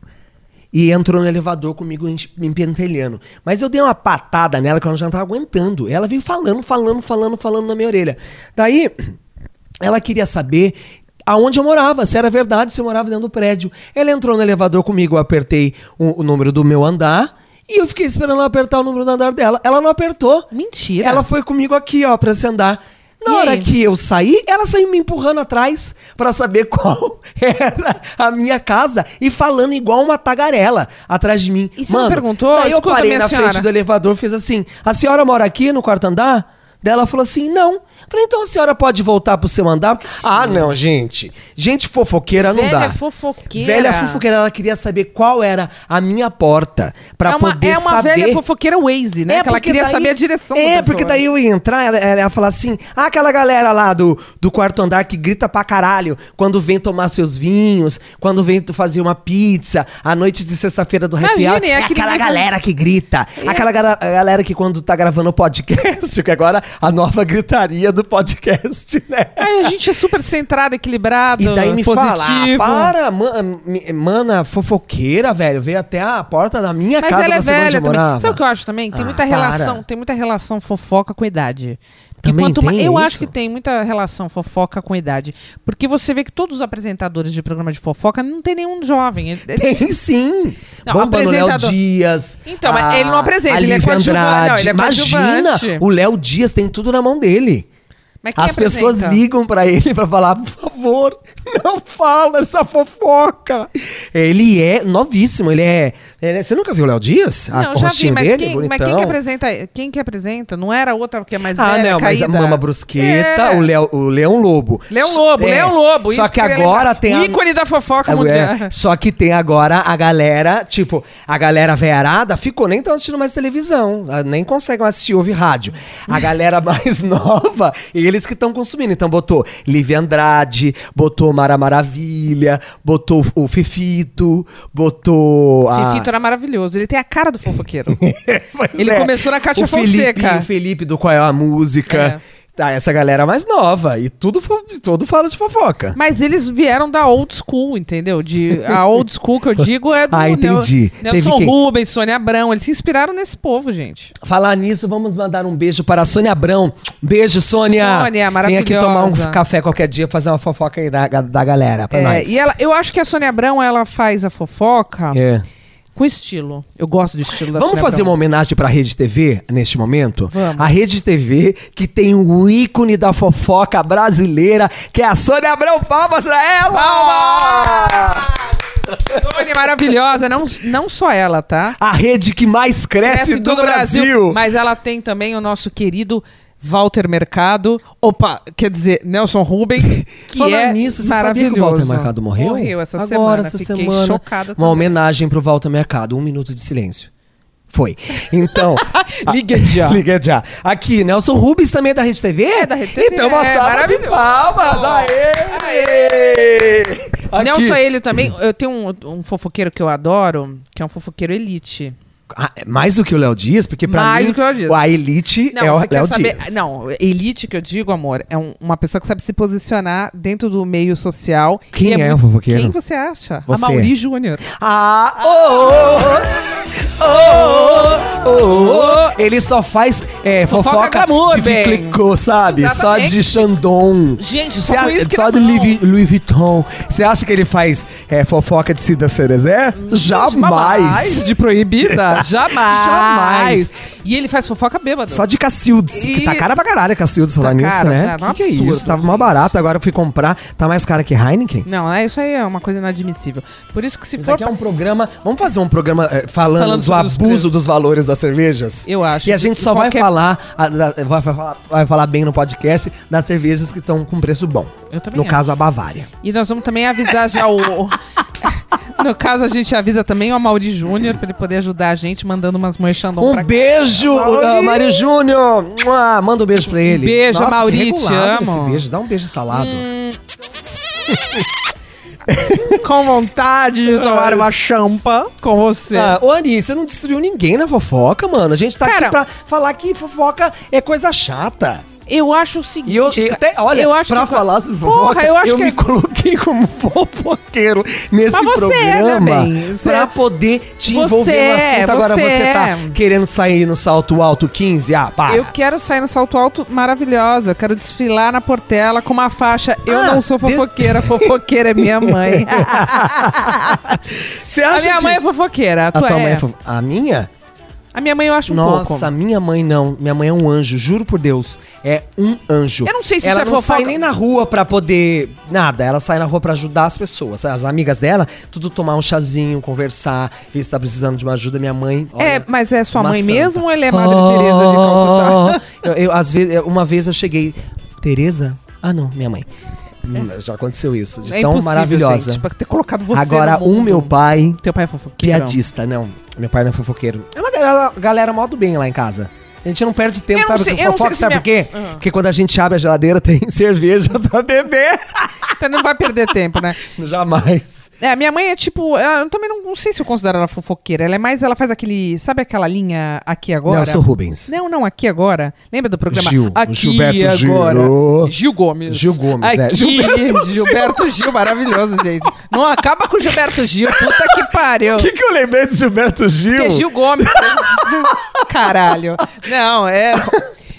[SPEAKER 4] E entrou no elevador comigo em- me pentelhando. Mas eu dei uma patada nela que ela já não tava aguentando. Ela veio falando, falando, falando, falando na minha orelha. Daí, ela queria saber aonde eu morava, se era verdade, se eu morava dentro do prédio. Ela entrou no elevador comigo, eu apertei o, o número do meu andar. E eu fiquei esperando ela apertar o número do andar dela. Ela não apertou.
[SPEAKER 5] Mentira.
[SPEAKER 4] Ela foi comigo aqui, ó, pra esse andar. Na
[SPEAKER 5] E
[SPEAKER 4] hora
[SPEAKER 5] aí?
[SPEAKER 4] que eu saí, ela saiu me empurrando atrás pra saber qual era a minha casa e falando igual uma tagarela atrás de mim.
[SPEAKER 5] E você não perguntou?
[SPEAKER 4] Aí eu
[SPEAKER 5] Escuta,
[SPEAKER 4] parei
[SPEAKER 5] minha
[SPEAKER 4] na
[SPEAKER 5] senhora.
[SPEAKER 4] frente do elevador, fiz assim: "A senhora mora aqui no quarto andar?" Daí ela falou assim: "Não". Falei, então a senhora pode voltar pro seu andar? Porque- Ah, não, gente. Gente fofoqueira não
[SPEAKER 5] Velha
[SPEAKER 4] dá.
[SPEAKER 5] fofoqueira.
[SPEAKER 4] Velha fofoqueira. Ela queria saber qual era a minha porta pra
[SPEAKER 5] é uma,
[SPEAKER 4] poder
[SPEAKER 5] é uma
[SPEAKER 4] saber...
[SPEAKER 5] velha fofoqueira Waze, né? que ela
[SPEAKER 4] É, porque
[SPEAKER 5] queria
[SPEAKER 4] daí-
[SPEAKER 5] saber a direção da
[SPEAKER 4] É,
[SPEAKER 5] pessoa. né?
[SPEAKER 4] porque daí eu ia entrar, ela, ela ia falar assim: ah, aquela galera lá do, do quarto andar que grita pra caralho quando vem tomar seus vinhos, quando vem tu fazer uma pizza, à noite de sexta-feira do happy
[SPEAKER 5] Imagina,
[SPEAKER 4] hour.
[SPEAKER 5] é
[SPEAKER 4] É
[SPEAKER 5] aquele
[SPEAKER 4] aquela
[SPEAKER 5] nível- É.
[SPEAKER 4] galera que grita. Aquela gara- galera que quando tá gravando podcast, que agora a nova gritaria do podcast, né?
[SPEAKER 5] Ai, a gente é super centrado, equilibrado,
[SPEAKER 4] E daí me
[SPEAKER 5] positivo.
[SPEAKER 4] fala, ah, para, man- mi- mana, fofoqueira, velho, veio até a porta da minha
[SPEAKER 5] Mas
[SPEAKER 4] casa
[SPEAKER 5] ela é
[SPEAKER 4] pra saber onde
[SPEAKER 5] velha
[SPEAKER 4] eu
[SPEAKER 5] também.
[SPEAKER 4] morava.
[SPEAKER 5] Sabe o que eu acho também? Tem
[SPEAKER 4] Ah, para.
[SPEAKER 5] muita relação, tem muita relação fofoca com idade. Que
[SPEAKER 4] Também
[SPEAKER 5] quanto ma-
[SPEAKER 4] tem
[SPEAKER 5] eu
[SPEAKER 4] isso?
[SPEAKER 5] acho que tem muita relação fofoca com idade. Porque você vê que todos os apresentadores de programa de fofoca não tem nenhum jovem. É- é-
[SPEAKER 4] Tem sim.
[SPEAKER 5] Não,
[SPEAKER 4] Bomba no Léo
[SPEAKER 5] apresentador.
[SPEAKER 4] Dias.
[SPEAKER 5] Então, mas ele não apresenta,
[SPEAKER 4] a
[SPEAKER 5] ele é
[SPEAKER 4] Lívia
[SPEAKER 5] coadjuvante.
[SPEAKER 4] Andrade.
[SPEAKER 5] Não, ele é
[SPEAKER 4] Imagina,
[SPEAKER 5] coadjuvante.
[SPEAKER 4] o Léo Dias tem tudo na mão dele.
[SPEAKER 5] Mas quem
[SPEAKER 4] As pessoas
[SPEAKER 5] apresenta?
[SPEAKER 4] ligam pra ele pra falar, por favor, não fala essa fofoca. Ele é novíssimo, ele é... ele é- você nunca viu o Léo Dias? Ah,
[SPEAKER 5] Não,
[SPEAKER 4] o
[SPEAKER 5] já vi,
[SPEAKER 4] rostinho
[SPEAKER 5] mas,
[SPEAKER 4] dele,
[SPEAKER 5] quem, mas
[SPEAKER 4] bonitão.
[SPEAKER 5] quem que apresenta? Quem que apresenta? Não era a outra que é mais
[SPEAKER 4] Ah,
[SPEAKER 5] velha,
[SPEAKER 4] não, mas a
[SPEAKER 5] caída?
[SPEAKER 4] Mama Brusqueta,
[SPEAKER 5] É.
[SPEAKER 4] o, Léo, o Leão Lobo.
[SPEAKER 5] Leão
[SPEAKER 4] So-
[SPEAKER 5] Lobo,
[SPEAKER 4] é,
[SPEAKER 5] Leão Lobo.
[SPEAKER 4] Só
[SPEAKER 5] isso
[SPEAKER 4] que
[SPEAKER 5] eu queria
[SPEAKER 4] agora
[SPEAKER 5] lembrar.
[SPEAKER 4] tem
[SPEAKER 5] O
[SPEAKER 4] a...
[SPEAKER 5] ícone da fofoca
[SPEAKER 4] É,
[SPEAKER 5] mundial.
[SPEAKER 4] é. Só que tem agora a galera, tipo, a galera veiarada ficou nem tão assistindo mais televisão, ah, nem consegue mais assistir, ouve rádio. A galera mais nova, eles que estão consumindo. Então botou Lívia Andrade, botou Mara Maravilha, botou o Fifito, botou. a- É,
[SPEAKER 5] Fifito era maravilhoso. Ele tem a cara do fofoqueiro.
[SPEAKER 4] Pois
[SPEAKER 5] ele começou na Cátia
[SPEAKER 4] o Felipe,
[SPEAKER 5] Fonseca. É.
[SPEAKER 4] O Felipe do Qual é a Música. Tá, essa galera mais nova. E tudo, fo- tudo fala de fofoca.
[SPEAKER 5] Mas eles vieram da old school, entendeu? De, a old school que eu digo é do
[SPEAKER 4] Ah, entendi.
[SPEAKER 5] Nel-
[SPEAKER 4] Teve
[SPEAKER 5] Nelson
[SPEAKER 4] quem?
[SPEAKER 5] Rubens, Sônia Abrão. Eles se inspiraram nesse povo, gente.
[SPEAKER 4] Falar nisso, vamos mandar um beijo para a Sônia Abrão. Beijo, Sônia.
[SPEAKER 5] Sônia,
[SPEAKER 4] Vem aqui tomar um
[SPEAKER 5] maravilhosa.
[SPEAKER 4] café qualquer dia, fazer uma fofoca aí da, da galera pra
[SPEAKER 5] É,
[SPEAKER 4] nós.
[SPEAKER 5] e ela, eu acho que a Sônia Abrão, ela faz a fofoca
[SPEAKER 4] É.
[SPEAKER 5] com estilo. Eu gosto do estilo da
[SPEAKER 4] Vamos
[SPEAKER 5] Sônia
[SPEAKER 4] fazer uma
[SPEAKER 5] Abrão.
[SPEAKER 4] homenagem pra Rede TV neste momento?
[SPEAKER 5] Vamos.
[SPEAKER 4] A Rede TV que tem o ícone da fofoca brasileira, que é a Sônia Abrão. Palmas pra ela! um
[SPEAKER 5] Sônia é maravilhosa. Não, não só ela, tá?
[SPEAKER 4] A rede que mais cresce, do, Brasil.
[SPEAKER 5] Mas ela tem também o nosso querido Walter Mercado. Opa, quer dizer, Nelson Rubens, que
[SPEAKER 4] Falando
[SPEAKER 5] é
[SPEAKER 4] nisso, você
[SPEAKER 5] maravilhoso.
[SPEAKER 4] sabia que o Walter Mercado morreu?
[SPEAKER 5] Morreu essa
[SPEAKER 4] Agora,
[SPEAKER 5] semana.
[SPEAKER 4] essa
[SPEAKER 5] Fiquei
[SPEAKER 4] semana.
[SPEAKER 5] chocada
[SPEAKER 4] Uma
[SPEAKER 5] também.
[SPEAKER 4] homenagem pro Walter Mercado. Um minuto de silêncio. Foi. Então. a-
[SPEAKER 5] Ligue já.
[SPEAKER 4] Ligue já. Aqui, Nelson Rubens também é da Rede TV? É
[SPEAKER 5] da Rede TV,
[SPEAKER 4] Então, uma
[SPEAKER 5] é,
[SPEAKER 4] salva de
[SPEAKER 5] maravilhoso.
[SPEAKER 4] palmas. Aê! Aqui.
[SPEAKER 5] Não só ele também. Eu tenho um, um fofoqueiro que eu adoro, que é um fofoqueiro elite.
[SPEAKER 4] Ah, mais do que o Léo Dias, porque pra
[SPEAKER 5] Mais
[SPEAKER 4] mim
[SPEAKER 5] do que o Léo Dias.
[SPEAKER 4] a elite
[SPEAKER 5] Não,
[SPEAKER 4] é o
[SPEAKER 5] você quer
[SPEAKER 4] Léo
[SPEAKER 5] saber.
[SPEAKER 4] Dias.
[SPEAKER 5] Não, elite que eu digo, amor, é um- uma pessoa que sabe se posicionar dentro do meio social.
[SPEAKER 4] Quem
[SPEAKER 5] E
[SPEAKER 4] é o
[SPEAKER 5] muito-
[SPEAKER 4] fofoqueiro?
[SPEAKER 5] Quem você acha?
[SPEAKER 4] Você.
[SPEAKER 5] A Mauri Júnior.
[SPEAKER 4] Ah, oh, ô, ô, ô, ô, ô, ô. oh, Ele só faz é,
[SPEAKER 5] Fofoca
[SPEAKER 4] fofoca,
[SPEAKER 5] glamour,
[SPEAKER 4] de
[SPEAKER 5] bem.
[SPEAKER 4] clicô, sabe? Só
[SPEAKER 5] Exatamente.
[SPEAKER 4] de Chandon.
[SPEAKER 5] Gente,
[SPEAKER 4] Cê
[SPEAKER 5] só
[SPEAKER 4] a-
[SPEAKER 5] por isso que
[SPEAKER 4] Só
[SPEAKER 5] não.
[SPEAKER 4] de Louis, Vi- Louis Vuitton. Você acha que ele faz é, fofoca de Cida Cerezé? Jamais.
[SPEAKER 5] De proibida? Jamais.
[SPEAKER 4] Jamais.
[SPEAKER 5] E ele faz fofoca bêbado.
[SPEAKER 4] Só de Cacildes, que
[SPEAKER 5] E-
[SPEAKER 4] tá cara pra caralho Cacildes falar
[SPEAKER 5] Tá
[SPEAKER 4] nisso,
[SPEAKER 5] cara,
[SPEAKER 4] né?
[SPEAKER 5] tá um
[SPEAKER 4] que, que é
[SPEAKER 5] absurdo,
[SPEAKER 4] isso? Tava mó
[SPEAKER 5] gente.
[SPEAKER 4] barato, agora eu fui comprar, tá mais cara que Heineken?
[SPEAKER 5] Não, é, isso aí é uma coisa inadmissível. Por isso que se
[SPEAKER 4] Isso
[SPEAKER 5] for.
[SPEAKER 4] aqui é um programa. Vamos fazer um programa eh, falando,
[SPEAKER 5] Falando
[SPEAKER 4] do
[SPEAKER 5] sobre os
[SPEAKER 4] abuso
[SPEAKER 5] preços.
[SPEAKER 4] dos valores das cervejas?
[SPEAKER 5] Eu acho.
[SPEAKER 4] E a gente
[SPEAKER 5] E
[SPEAKER 4] só vai,
[SPEAKER 5] qualquer-
[SPEAKER 4] falar, a- da- vai, falar, vai falar bem no podcast das cervejas que estão com preço bom.
[SPEAKER 5] Eu também
[SPEAKER 4] No
[SPEAKER 5] acho.
[SPEAKER 4] caso, a Bavária.
[SPEAKER 5] E nós vamos também avisar já o. o- No caso, a gente avisa também o Mauri Júnior pra ele poder ajudar a gente mandando umas moedas Xandão
[SPEAKER 4] Um
[SPEAKER 5] pra cá.
[SPEAKER 4] beijo, ah, Mário Júnior! Mua, Manda um beijo pra ele.
[SPEAKER 5] Beijo,
[SPEAKER 4] Nossa, que
[SPEAKER 5] Mauri, te
[SPEAKER 4] regulado
[SPEAKER 5] amo. Hum,
[SPEAKER 4] Esse beijo, dá um beijo instalado.
[SPEAKER 5] Com vontade de tomar uma champa com você.
[SPEAKER 4] Ah, ô Ani, você não destruiu ninguém na fofoca, mano. A gente tá
[SPEAKER 5] é. Cara-
[SPEAKER 4] aqui pra falar que fofoca é coisa chata.
[SPEAKER 5] Eu acho o seguinte.
[SPEAKER 4] E eu, e até, olha,
[SPEAKER 5] eu acho
[SPEAKER 4] pra
[SPEAKER 5] que-
[SPEAKER 4] falar sobre
[SPEAKER 5] Porra,
[SPEAKER 4] fofoca, eu,
[SPEAKER 5] eu acho que- é
[SPEAKER 4] me coloquei como fofoqueiro nesse
[SPEAKER 5] Mas você é, né,
[SPEAKER 4] programa
[SPEAKER 5] bem? Você
[SPEAKER 4] pra
[SPEAKER 5] é-
[SPEAKER 4] poder te
[SPEAKER 5] Você
[SPEAKER 4] envolver no assunto.
[SPEAKER 5] é,
[SPEAKER 4] Agora você,
[SPEAKER 5] você
[SPEAKER 4] tá
[SPEAKER 5] é.
[SPEAKER 4] querendo sair no salto alto 15? Ah, para.
[SPEAKER 5] Eu quero sair no salto alto maravilhosa. Eu quero desfilar na portela com uma faixa. Eu
[SPEAKER 4] Ah,
[SPEAKER 5] não sou
[SPEAKER 4] de-
[SPEAKER 5] fofoqueira, fofoqueira é minha mãe.
[SPEAKER 4] Você
[SPEAKER 5] a
[SPEAKER 4] acha
[SPEAKER 5] minha
[SPEAKER 4] que...
[SPEAKER 5] mãe é fofoqueira, a
[SPEAKER 4] a
[SPEAKER 5] tua
[SPEAKER 4] tua mãe
[SPEAKER 5] é.
[SPEAKER 4] é fofo- A minha?
[SPEAKER 5] A minha mãe eu acho um
[SPEAKER 4] Nossa,
[SPEAKER 5] pouco.
[SPEAKER 4] minha mãe não. Minha mãe é um anjo, juro por Deus. É um anjo.
[SPEAKER 5] Eu não sei se
[SPEAKER 4] ela
[SPEAKER 5] isso é
[SPEAKER 4] não sai
[SPEAKER 5] fofoca.
[SPEAKER 4] nem na rua pra poder. Nada. Ela sai na rua pra ajudar as pessoas. As amigas dela, tudo tomar um chazinho, conversar, ver se tá precisando de uma ajuda. Minha mãe. olha,
[SPEAKER 5] É, mas é sua
[SPEAKER 4] uma
[SPEAKER 5] mãe
[SPEAKER 4] santa.
[SPEAKER 5] Ah. mesmo ou ele é Madre Teresa de
[SPEAKER 4] Ah,
[SPEAKER 5] Calcutá?
[SPEAKER 4] eu, eu, às vezes, uma vez eu cheguei. Tereza? Ah, não, minha mãe. Hum, Já aconteceu isso. De
[SPEAKER 5] É
[SPEAKER 4] tão
[SPEAKER 5] impossível,
[SPEAKER 4] maravilhosa.
[SPEAKER 5] gente, pra ter colocado você
[SPEAKER 4] Agora,
[SPEAKER 5] no
[SPEAKER 4] um
[SPEAKER 5] mundo.
[SPEAKER 4] meu pai,
[SPEAKER 5] Teu pai é fofoqueiro?
[SPEAKER 4] piadista. Não, meu pai não é fofoqueiro. É uma galera, galera mal do bem lá em casa. A gente não perde tempo,
[SPEAKER 5] Eu não
[SPEAKER 4] sabe?
[SPEAKER 5] sei-
[SPEAKER 4] com
[SPEAKER 5] eu não sei
[SPEAKER 4] fofoca,
[SPEAKER 5] se
[SPEAKER 4] sabe
[SPEAKER 5] minha-
[SPEAKER 4] por quê?
[SPEAKER 5] Ah.
[SPEAKER 4] Porque quando a gente abre a geladeira, tem cerveja pra beber.
[SPEAKER 5] Então não vai perder tempo, né?
[SPEAKER 4] Jamais.
[SPEAKER 5] É, a minha mãe é tipo. ela- eu também não, não sei se eu considero ela fofoqueira. Ela é mais. Ela faz aquele. Sabe aquela linha aqui agora?
[SPEAKER 4] Não, eu sou Rubens.
[SPEAKER 5] Não, não, aqui agora. Lembra do programa?
[SPEAKER 4] Gil,
[SPEAKER 5] aqui
[SPEAKER 4] Gilberto Gil.
[SPEAKER 5] agora. Gil Gomes.
[SPEAKER 4] Gil Gomes,
[SPEAKER 5] aqui,
[SPEAKER 4] é. Gilberto
[SPEAKER 5] Gilberto,
[SPEAKER 4] Gil.
[SPEAKER 5] Gil. maravilhoso, gente. Não acaba com o Gilberto Gil, puta que pariu.
[SPEAKER 4] O que, que eu lembrei do Gilberto Gil?
[SPEAKER 5] Que é Gil Gomes. Caralho. Não, é.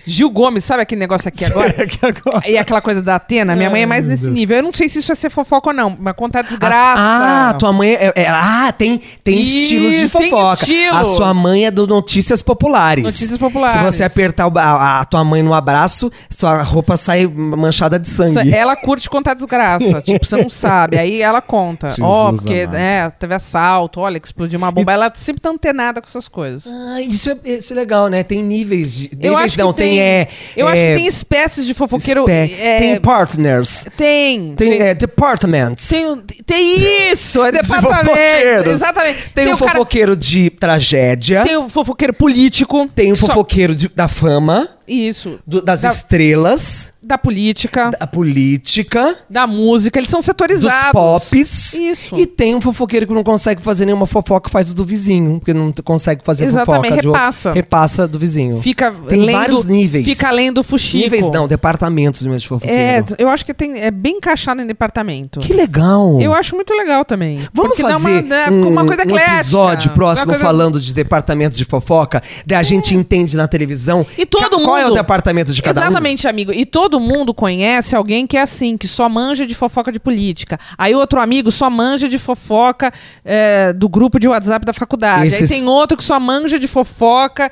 [SPEAKER 5] Gil Gomes, sabe aquele negócio aqui agora?
[SPEAKER 4] Que agora.
[SPEAKER 5] E aquela coisa da Atena, minha mãe é mais nesse nível. Eu não sei se isso é ser fofoca ou não, mas contar desgraça.
[SPEAKER 4] Ah, tua mãe é. é- ah, tem, tem
[SPEAKER 5] Isso,
[SPEAKER 4] estilos de
[SPEAKER 5] tem
[SPEAKER 4] fofoca.
[SPEAKER 5] estilos.
[SPEAKER 4] A sua mãe é do Notícias Populares.
[SPEAKER 5] Notícias Populares.
[SPEAKER 4] Se você apertar o ba- a, a tua mãe no abraço, sua roupa sai manchada de sangue.
[SPEAKER 5] Sa- é, Ela curte contar desgraça. tipo, você não sabe. Aí ela conta.
[SPEAKER 4] Jesus
[SPEAKER 5] Ó, porque
[SPEAKER 4] amado.
[SPEAKER 5] né, teve assalto, olha, que explodiu uma bomba. Ela sempre tá antenada com essas coisas.
[SPEAKER 4] Ah, isso, é, isso é legal, né? Tem níveis de.
[SPEAKER 5] Eu
[SPEAKER 4] níveis
[SPEAKER 5] acho que
[SPEAKER 4] não, tem. é,
[SPEAKER 5] eu acho
[SPEAKER 4] é,
[SPEAKER 5] que tem espécies de fofoqueiro.
[SPEAKER 4] espe-
[SPEAKER 5] é,
[SPEAKER 4] tem partners.
[SPEAKER 5] tem.
[SPEAKER 4] Tem
[SPEAKER 5] tem-
[SPEAKER 4] é, departments.
[SPEAKER 5] tem um- tem isso, é
[SPEAKER 4] de
[SPEAKER 5] departamento.
[SPEAKER 4] fofoqueiros.
[SPEAKER 5] Exatamente.
[SPEAKER 4] Tem, um
[SPEAKER 5] o cara-
[SPEAKER 4] fofoqueiro de tragédia. Tem,
[SPEAKER 5] tem um fofoqueiro político.
[SPEAKER 4] um
[SPEAKER 5] que só-
[SPEAKER 4] fofoqueiro de- da fama,
[SPEAKER 5] Isso.
[SPEAKER 4] do- das
[SPEAKER 5] da,
[SPEAKER 4] estrelas,
[SPEAKER 5] da política, da,
[SPEAKER 4] da política.
[SPEAKER 5] música. Eles são
[SPEAKER 4] dos
[SPEAKER 5] setorizados.
[SPEAKER 4] pops.
[SPEAKER 5] Isso.
[SPEAKER 4] E tem um fofoqueiro que não consegue fazer nenhuma fofoca, faz o do vizinho, porque não t- consegue fazer
[SPEAKER 5] Exatamente,
[SPEAKER 4] fofoca. de outro-
[SPEAKER 5] repassa.
[SPEAKER 4] repassa do vizinho.
[SPEAKER 5] Fica
[SPEAKER 4] tem
[SPEAKER 5] lendo-
[SPEAKER 4] vários níveis.
[SPEAKER 5] fica lendo fuxico.
[SPEAKER 4] Níveis não, departamentos mesmo de
[SPEAKER 5] É,
[SPEAKER 4] fofoqueiro.
[SPEAKER 5] eu acho que tem, é bem encaixado em departamento.
[SPEAKER 4] Que legal.
[SPEAKER 5] Eu acho muito legal também.
[SPEAKER 4] Vamos
[SPEAKER 5] Porque dá
[SPEAKER 4] fazer
[SPEAKER 5] uma, né,
[SPEAKER 4] um,
[SPEAKER 5] ficou uma coisa
[SPEAKER 4] um
[SPEAKER 5] eclética,
[SPEAKER 4] episódio próximo
[SPEAKER 5] uma coisa- É.
[SPEAKER 4] falando de departamentos de fofoca, daí a gente entende na televisão
[SPEAKER 5] E todo
[SPEAKER 4] ca-
[SPEAKER 5] mundo.
[SPEAKER 4] qual é o departamento de cada um.
[SPEAKER 5] Exatamente, amigo. E todo mundo conhece alguém que é assim, que só manja de fofoca de política. Aí outro amigo só manja de fofoca é, do grupo de WhatsApp da faculdade.
[SPEAKER 4] Esses-
[SPEAKER 5] Aí tem outro que só manja de fofoca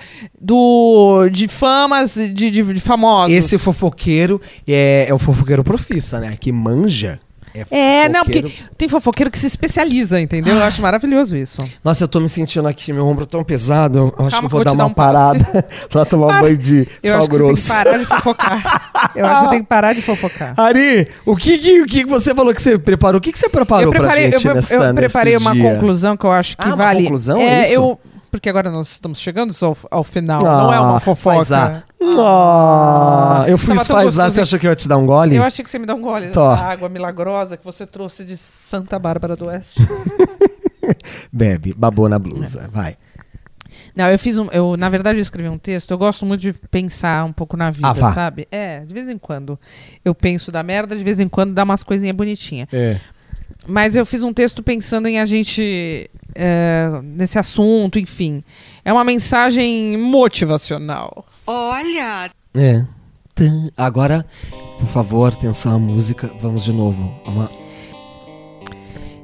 [SPEAKER 5] do de famas de, de, de famosos.
[SPEAKER 4] Esse fofoqueiro é, é o fofoqueiro profissa, né? Que manja.
[SPEAKER 5] É, não, porque
[SPEAKER 4] fofoqueiro
[SPEAKER 5] tem fofoqueiro que se especializa, entendeu? Eu acho maravilhoso isso.
[SPEAKER 4] Nossa, eu tô me sentindo aqui, meu ombro tão pesado. Eu acho que eu
[SPEAKER 5] Calma
[SPEAKER 4] vou
[SPEAKER 5] que eu vou
[SPEAKER 4] dar
[SPEAKER 5] te
[SPEAKER 4] uma
[SPEAKER 5] dar um
[SPEAKER 4] parada pra tomar um
[SPEAKER 5] Para.
[SPEAKER 4] banho de
[SPEAKER 5] Eu
[SPEAKER 4] sal
[SPEAKER 5] acho
[SPEAKER 4] grosso.
[SPEAKER 5] que você tem que parar de fofocar. Eu acho que tem que parar de fofocar.
[SPEAKER 4] Ari, o que, que, o que que você falou que você preparou? O que, que você preparou
[SPEAKER 5] eu
[SPEAKER 4] pra
[SPEAKER 5] preparei,
[SPEAKER 4] gente
[SPEAKER 5] eu,
[SPEAKER 4] nessa,
[SPEAKER 5] eu
[SPEAKER 4] nesse
[SPEAKER 5] preparei uma
[SPEAKER 4] dia?
[SPEAKER 5] conclusão que eu acho que
[SPEAKER 4] Ah, uma
[SPEAKER 5] vale.
[SPEAKER 4] conclusão, é isso?
[SPEAKER 5] eu porque agora nós estamos chegando só ao, ao final,
[SPEAKER 4] Ah,
[SPEAKER 5] não é uma
[SPEAKER 4] Faz
[SPEAKER 5] fofoca.
[SPEAKER 4] a... Ah, eu fui
[SPEAKER 5] Tava tão
[SPEAKER 4] esfaizar, você
[SPEAKER 5] gostosinho.
[SPEAKER 4] achou que eu ia te dar um gole?
[SPEAKER 5] Eu achei que você me dá um gole
[SPEAKER 4] Tó.
[SPEAKER 5] dessa água milagrosa que você trouxe de Santa Bárbara do Oeste.
[SPEAKER 4] Bebe, babou na blusa,
[SPEAKER 5] É.
[SPEAKER 4] vai.
[SPEAKER 5] Não, eu fiz um. Eu, na verdade, eu escrevi um texto. Eu gosto muito de pensar um pouco na vida,
[SPEAKER 4] Ah, vá.
[SPEAKER 5] sabe? É, de vez em quando. Eu penso da merda, de vez em quando dá umas coisinhas bonitinhas.
[SPEAKER 4] É.
[SPEAKER 5] Mas eu fiz um texto pensando em a gente. é, nesse assunto, enfim. É uma mensagem motivacional.
[SPEAKER 3] Olha,
[SPEAKER 4] É. Tã. Agora, por favor, atenção à música, vamos de novo. Uma-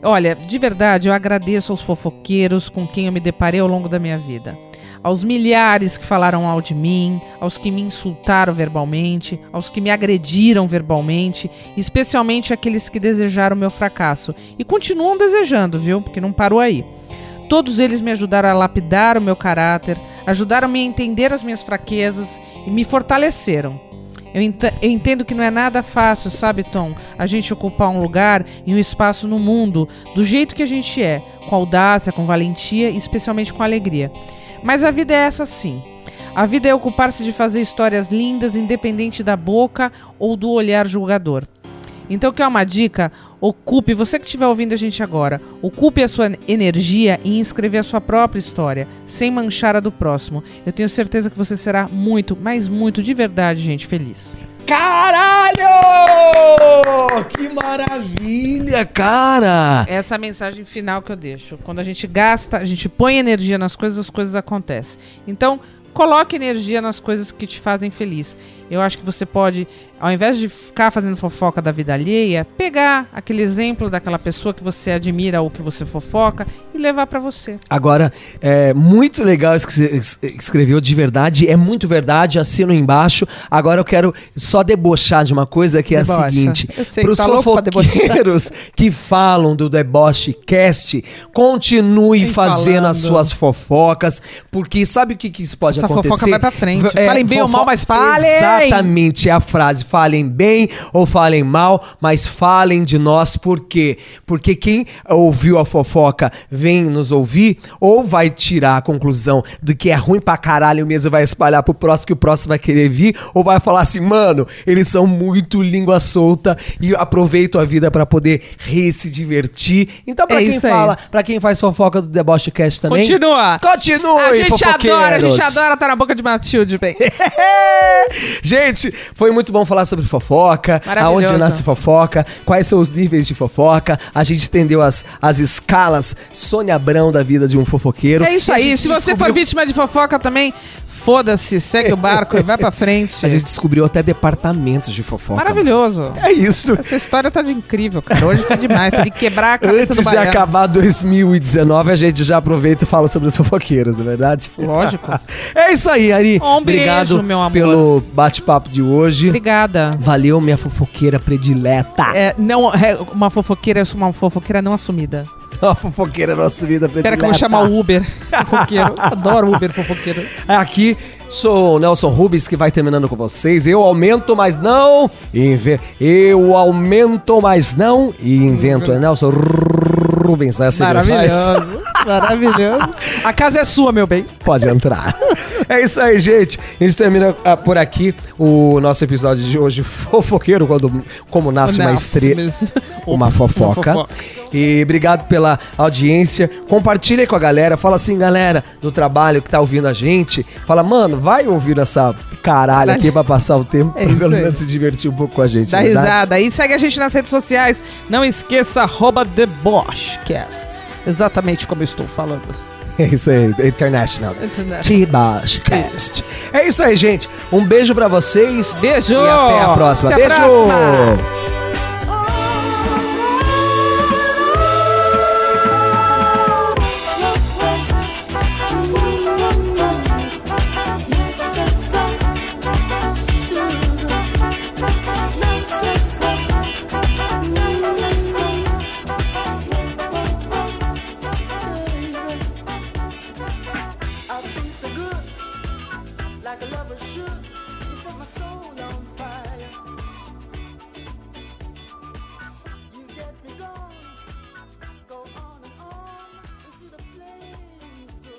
[SPEAKER 5] Olha, de verdade, eu agradeço aos fofoqueiros com quem eu me deparei ao longo da minha vida. Aos milhares que falaram mal de mim, aos que me insultaram verbalmente, aos que me agrediram verbalmente, especialmente aqueles que desejaram meu fracasso. E continuam desejando, viu? Porque não parou aí. Todos eles me ajudaram a lapidar o meu caráter, ajudaram-me a entender as minhas fraquezas e me fortaleceram. Eu, ent- eu entendo que não é nada fácil, sabe, Tom? A gente ocupar um lugar e um espaço no mundo do jeito que a gente é, com audácia, com valentia e especialmente com alegria. Mas a vida é essa sim. A vida é ocupar-se de fazer histórias lindas, independente da boca ou do olhar julgador. Então, quer uma dica? Ocupe, você que estiver ouvindo a gente agora, ocupe a sua energia em escrever a sua própria história, sem manchar a do próximo. Eu tenho certeza que você será muito, mas muito de verdade, gente, feliz.
[SPEAKER 4] Caralho! Que maravilha, cara!
[SPEAKER 5] Essa é a mensagem final que eu deixo. Quando a gente gasta, a gente põe energia nas coisas, as coisas acontecem. Então, coloque energia nas coisas que te fazem feliz. Eu acho que você pode, ao invés de ficar fazendo fofoca da vida alheia, pegar aquele exemplo daquela pessoa que você admira ou que você fofoca e levar pra você.
[SPEAKER 4] Agora, é muito legal isso que você es- escreveu de verdade, é muito verdade, assino embaixo. Agora eu quero só debochar de uma coisa que é a
[SPEAKER 5] Debocha.
[SPEAKER 4] seguinte:
[SPEAKER 5] Eu sei que
[SPEAKER 4] pros
[SPEAKER 5] tá louco pra debochar.
[SPEAKER 4] fofoqueiros que falam do Deboche Cast, continue
[SPEAKER 5] Vem
[SPEAKER 4] fazendo as
[SPEAKER 5] falando.
[SPEAKER 4] suas fofocas, porque sabe o que, que isso pode
[SPEAKER 5] Essa
[SPEAKER 4] acontecer?
[SPEAKER 5] fofoca vai pra frente. Falem bem ou mal, mas
[SPEAKER 4] fale
[SPEAKER 5] falem!
[SPEAKER 4] Exatamente é a frase. Falem bem ou falem mal, mas falem de nós por quê? Porque quem ouviu a fofoca vem nos ouvir ou vai tirar a conclusão do que é ruim pra caralho mesmo e vai espalhar pro próximo que o próximo vai querer vir ou vai falar assim, mano, eles são muito língua solta e aproveitam a vida pra poder rir, se divertir. Então pra
[SPEAKER 5] É
[SPEAKER 4] quem
[SPEAKER 5] isso aí.
[SPEAKER 4] fala, pra quem faz fofoca do Deboche Cast também...
[SPEAKER 5] Continua.
[SPEAKER 4] Continua,
[SPEAKER 5] A gente adora, a gente adora tá na boca de Matilde, bem.
[SPEAKER 4] Gente, foi muito bom falar sobre fofoca,
[SPEAKER 5] Maravilhoso.
[SPEAKER 4] aonde nasce fofoca, quais são os níveis de fofoca. A gente entendeu as, as escalas Sônia Abrão da vida de um fofoqueiro.
[SPEAKER 5] É isso
[SPEAKER 4] E a
[SPEAKER 5] aí.
[SPEAKER 4] gente
[SPEAKER 5] Se você for
[SPEAKER 4] descobriu-
[SPEAKER 5] vítima de fofoca também, foda-se, segue o barco e vai pra frente.
[SPEAKER 4] A gente descobriu até departamentos de fofoca.
[SPEAKER 5] Maravilhoso.
[SPEAKER 4] É isso.
[SPEAKER 5] Essa história tá de incrível, cara. Hoje foi demais. Foi de quebrar a cabeça
[SPEAKER 4] Antes
[SPEAKER 5] do
[SPEAKER 4] de
[SPEAKER 5] baiano.
[SPEAKER 4] acabar 2019, a gente já aproveita e fala sobre os fofoqueiros, não é verdade?
[SPEAKER 5] Lógico.
[SPEAKER 4] É isso aí, Ari.
[SPEAKER 5] Um
[SPEAKER 4] Obrigado
[SPEAKER 5] beijo, meu amor.
[SPEAKER 4] pelo bate-papo de hoje.
[SPEAKER 5] Obrigada.
[SPEAKER 4] Valeu, minha fofoqueira predileta.
[SPEAKER 5] É, não, é, uma fofoqueira, eu sou uma fofoqueira não assumida.
[SPEAKER 4] Uma fofoqueira nossa vida predileta.
[SPEAKER 5] Espera que eu vou chamar o Uber fofoqueiro. Adoro Uber fofoqueiro.
[SPEAKER 4] Aqui sou o Nelson Rubens que vai terminando com vocês. Eu aumento, mas não invento. Eu aumento, mas não invento. É Nelson Rubens, né? Senhor?
[SPEAKER 5] Maravilhoso. Maravilhoso. A casa é sua, meu bem.
[SPEAKER 4] Pode entrar. É isso aí, gente. A gente termina ah, por aqui o nosso episódio de hoje, fofoqueiro, quando, como nasce uma
[SPEAKER 5] Nasce
[SPEAKER 4] estrela,
[SPEAKER 5] mesmo.
[SPEAKER 4] uma fofoca.
[SPEAKER 5] fofoca.
[SPEAKER 4] E obrigado pela audiência. Compartilha com a galera. Fala assim, galera do trabalho que tá ouvindo a gente. Fala, mano, vai ouvir essa caralho aqui pra passar o tempo,
[SPEAKER 5] É
[SPEAKER 4] pra
[SPEAKER 5] isso
[SPEAKER 4] pelo
[SPEAKER 5] aí.
[SPEAKER 4] menos se divertir um pouco com a gente.
[SPEAKER 5] Dá
[SPEAKER 4] não é verdade?
[SPEAKER 5] risada. E segue a gente nas redes sociais. Não esqueça, arroba TheBoschCast. Exatamente como eu estou falando.
[SPEAKER 4] É isso aí, International.
[SPEAKER 5] International.
[SPEAKER 4] T-Boshcast. É isso aí, gente. Um beijo pra vocês.
[SPEAKER 5] Beijo!
[SPEAKER 4] E até a próxima.
[SPEAKER 5] Até a
[SPEAKER 4] beijo!
[SPEAKER 5] próxima!
[SPEAKER 8] I feel so good, like a lover should. You set my soul on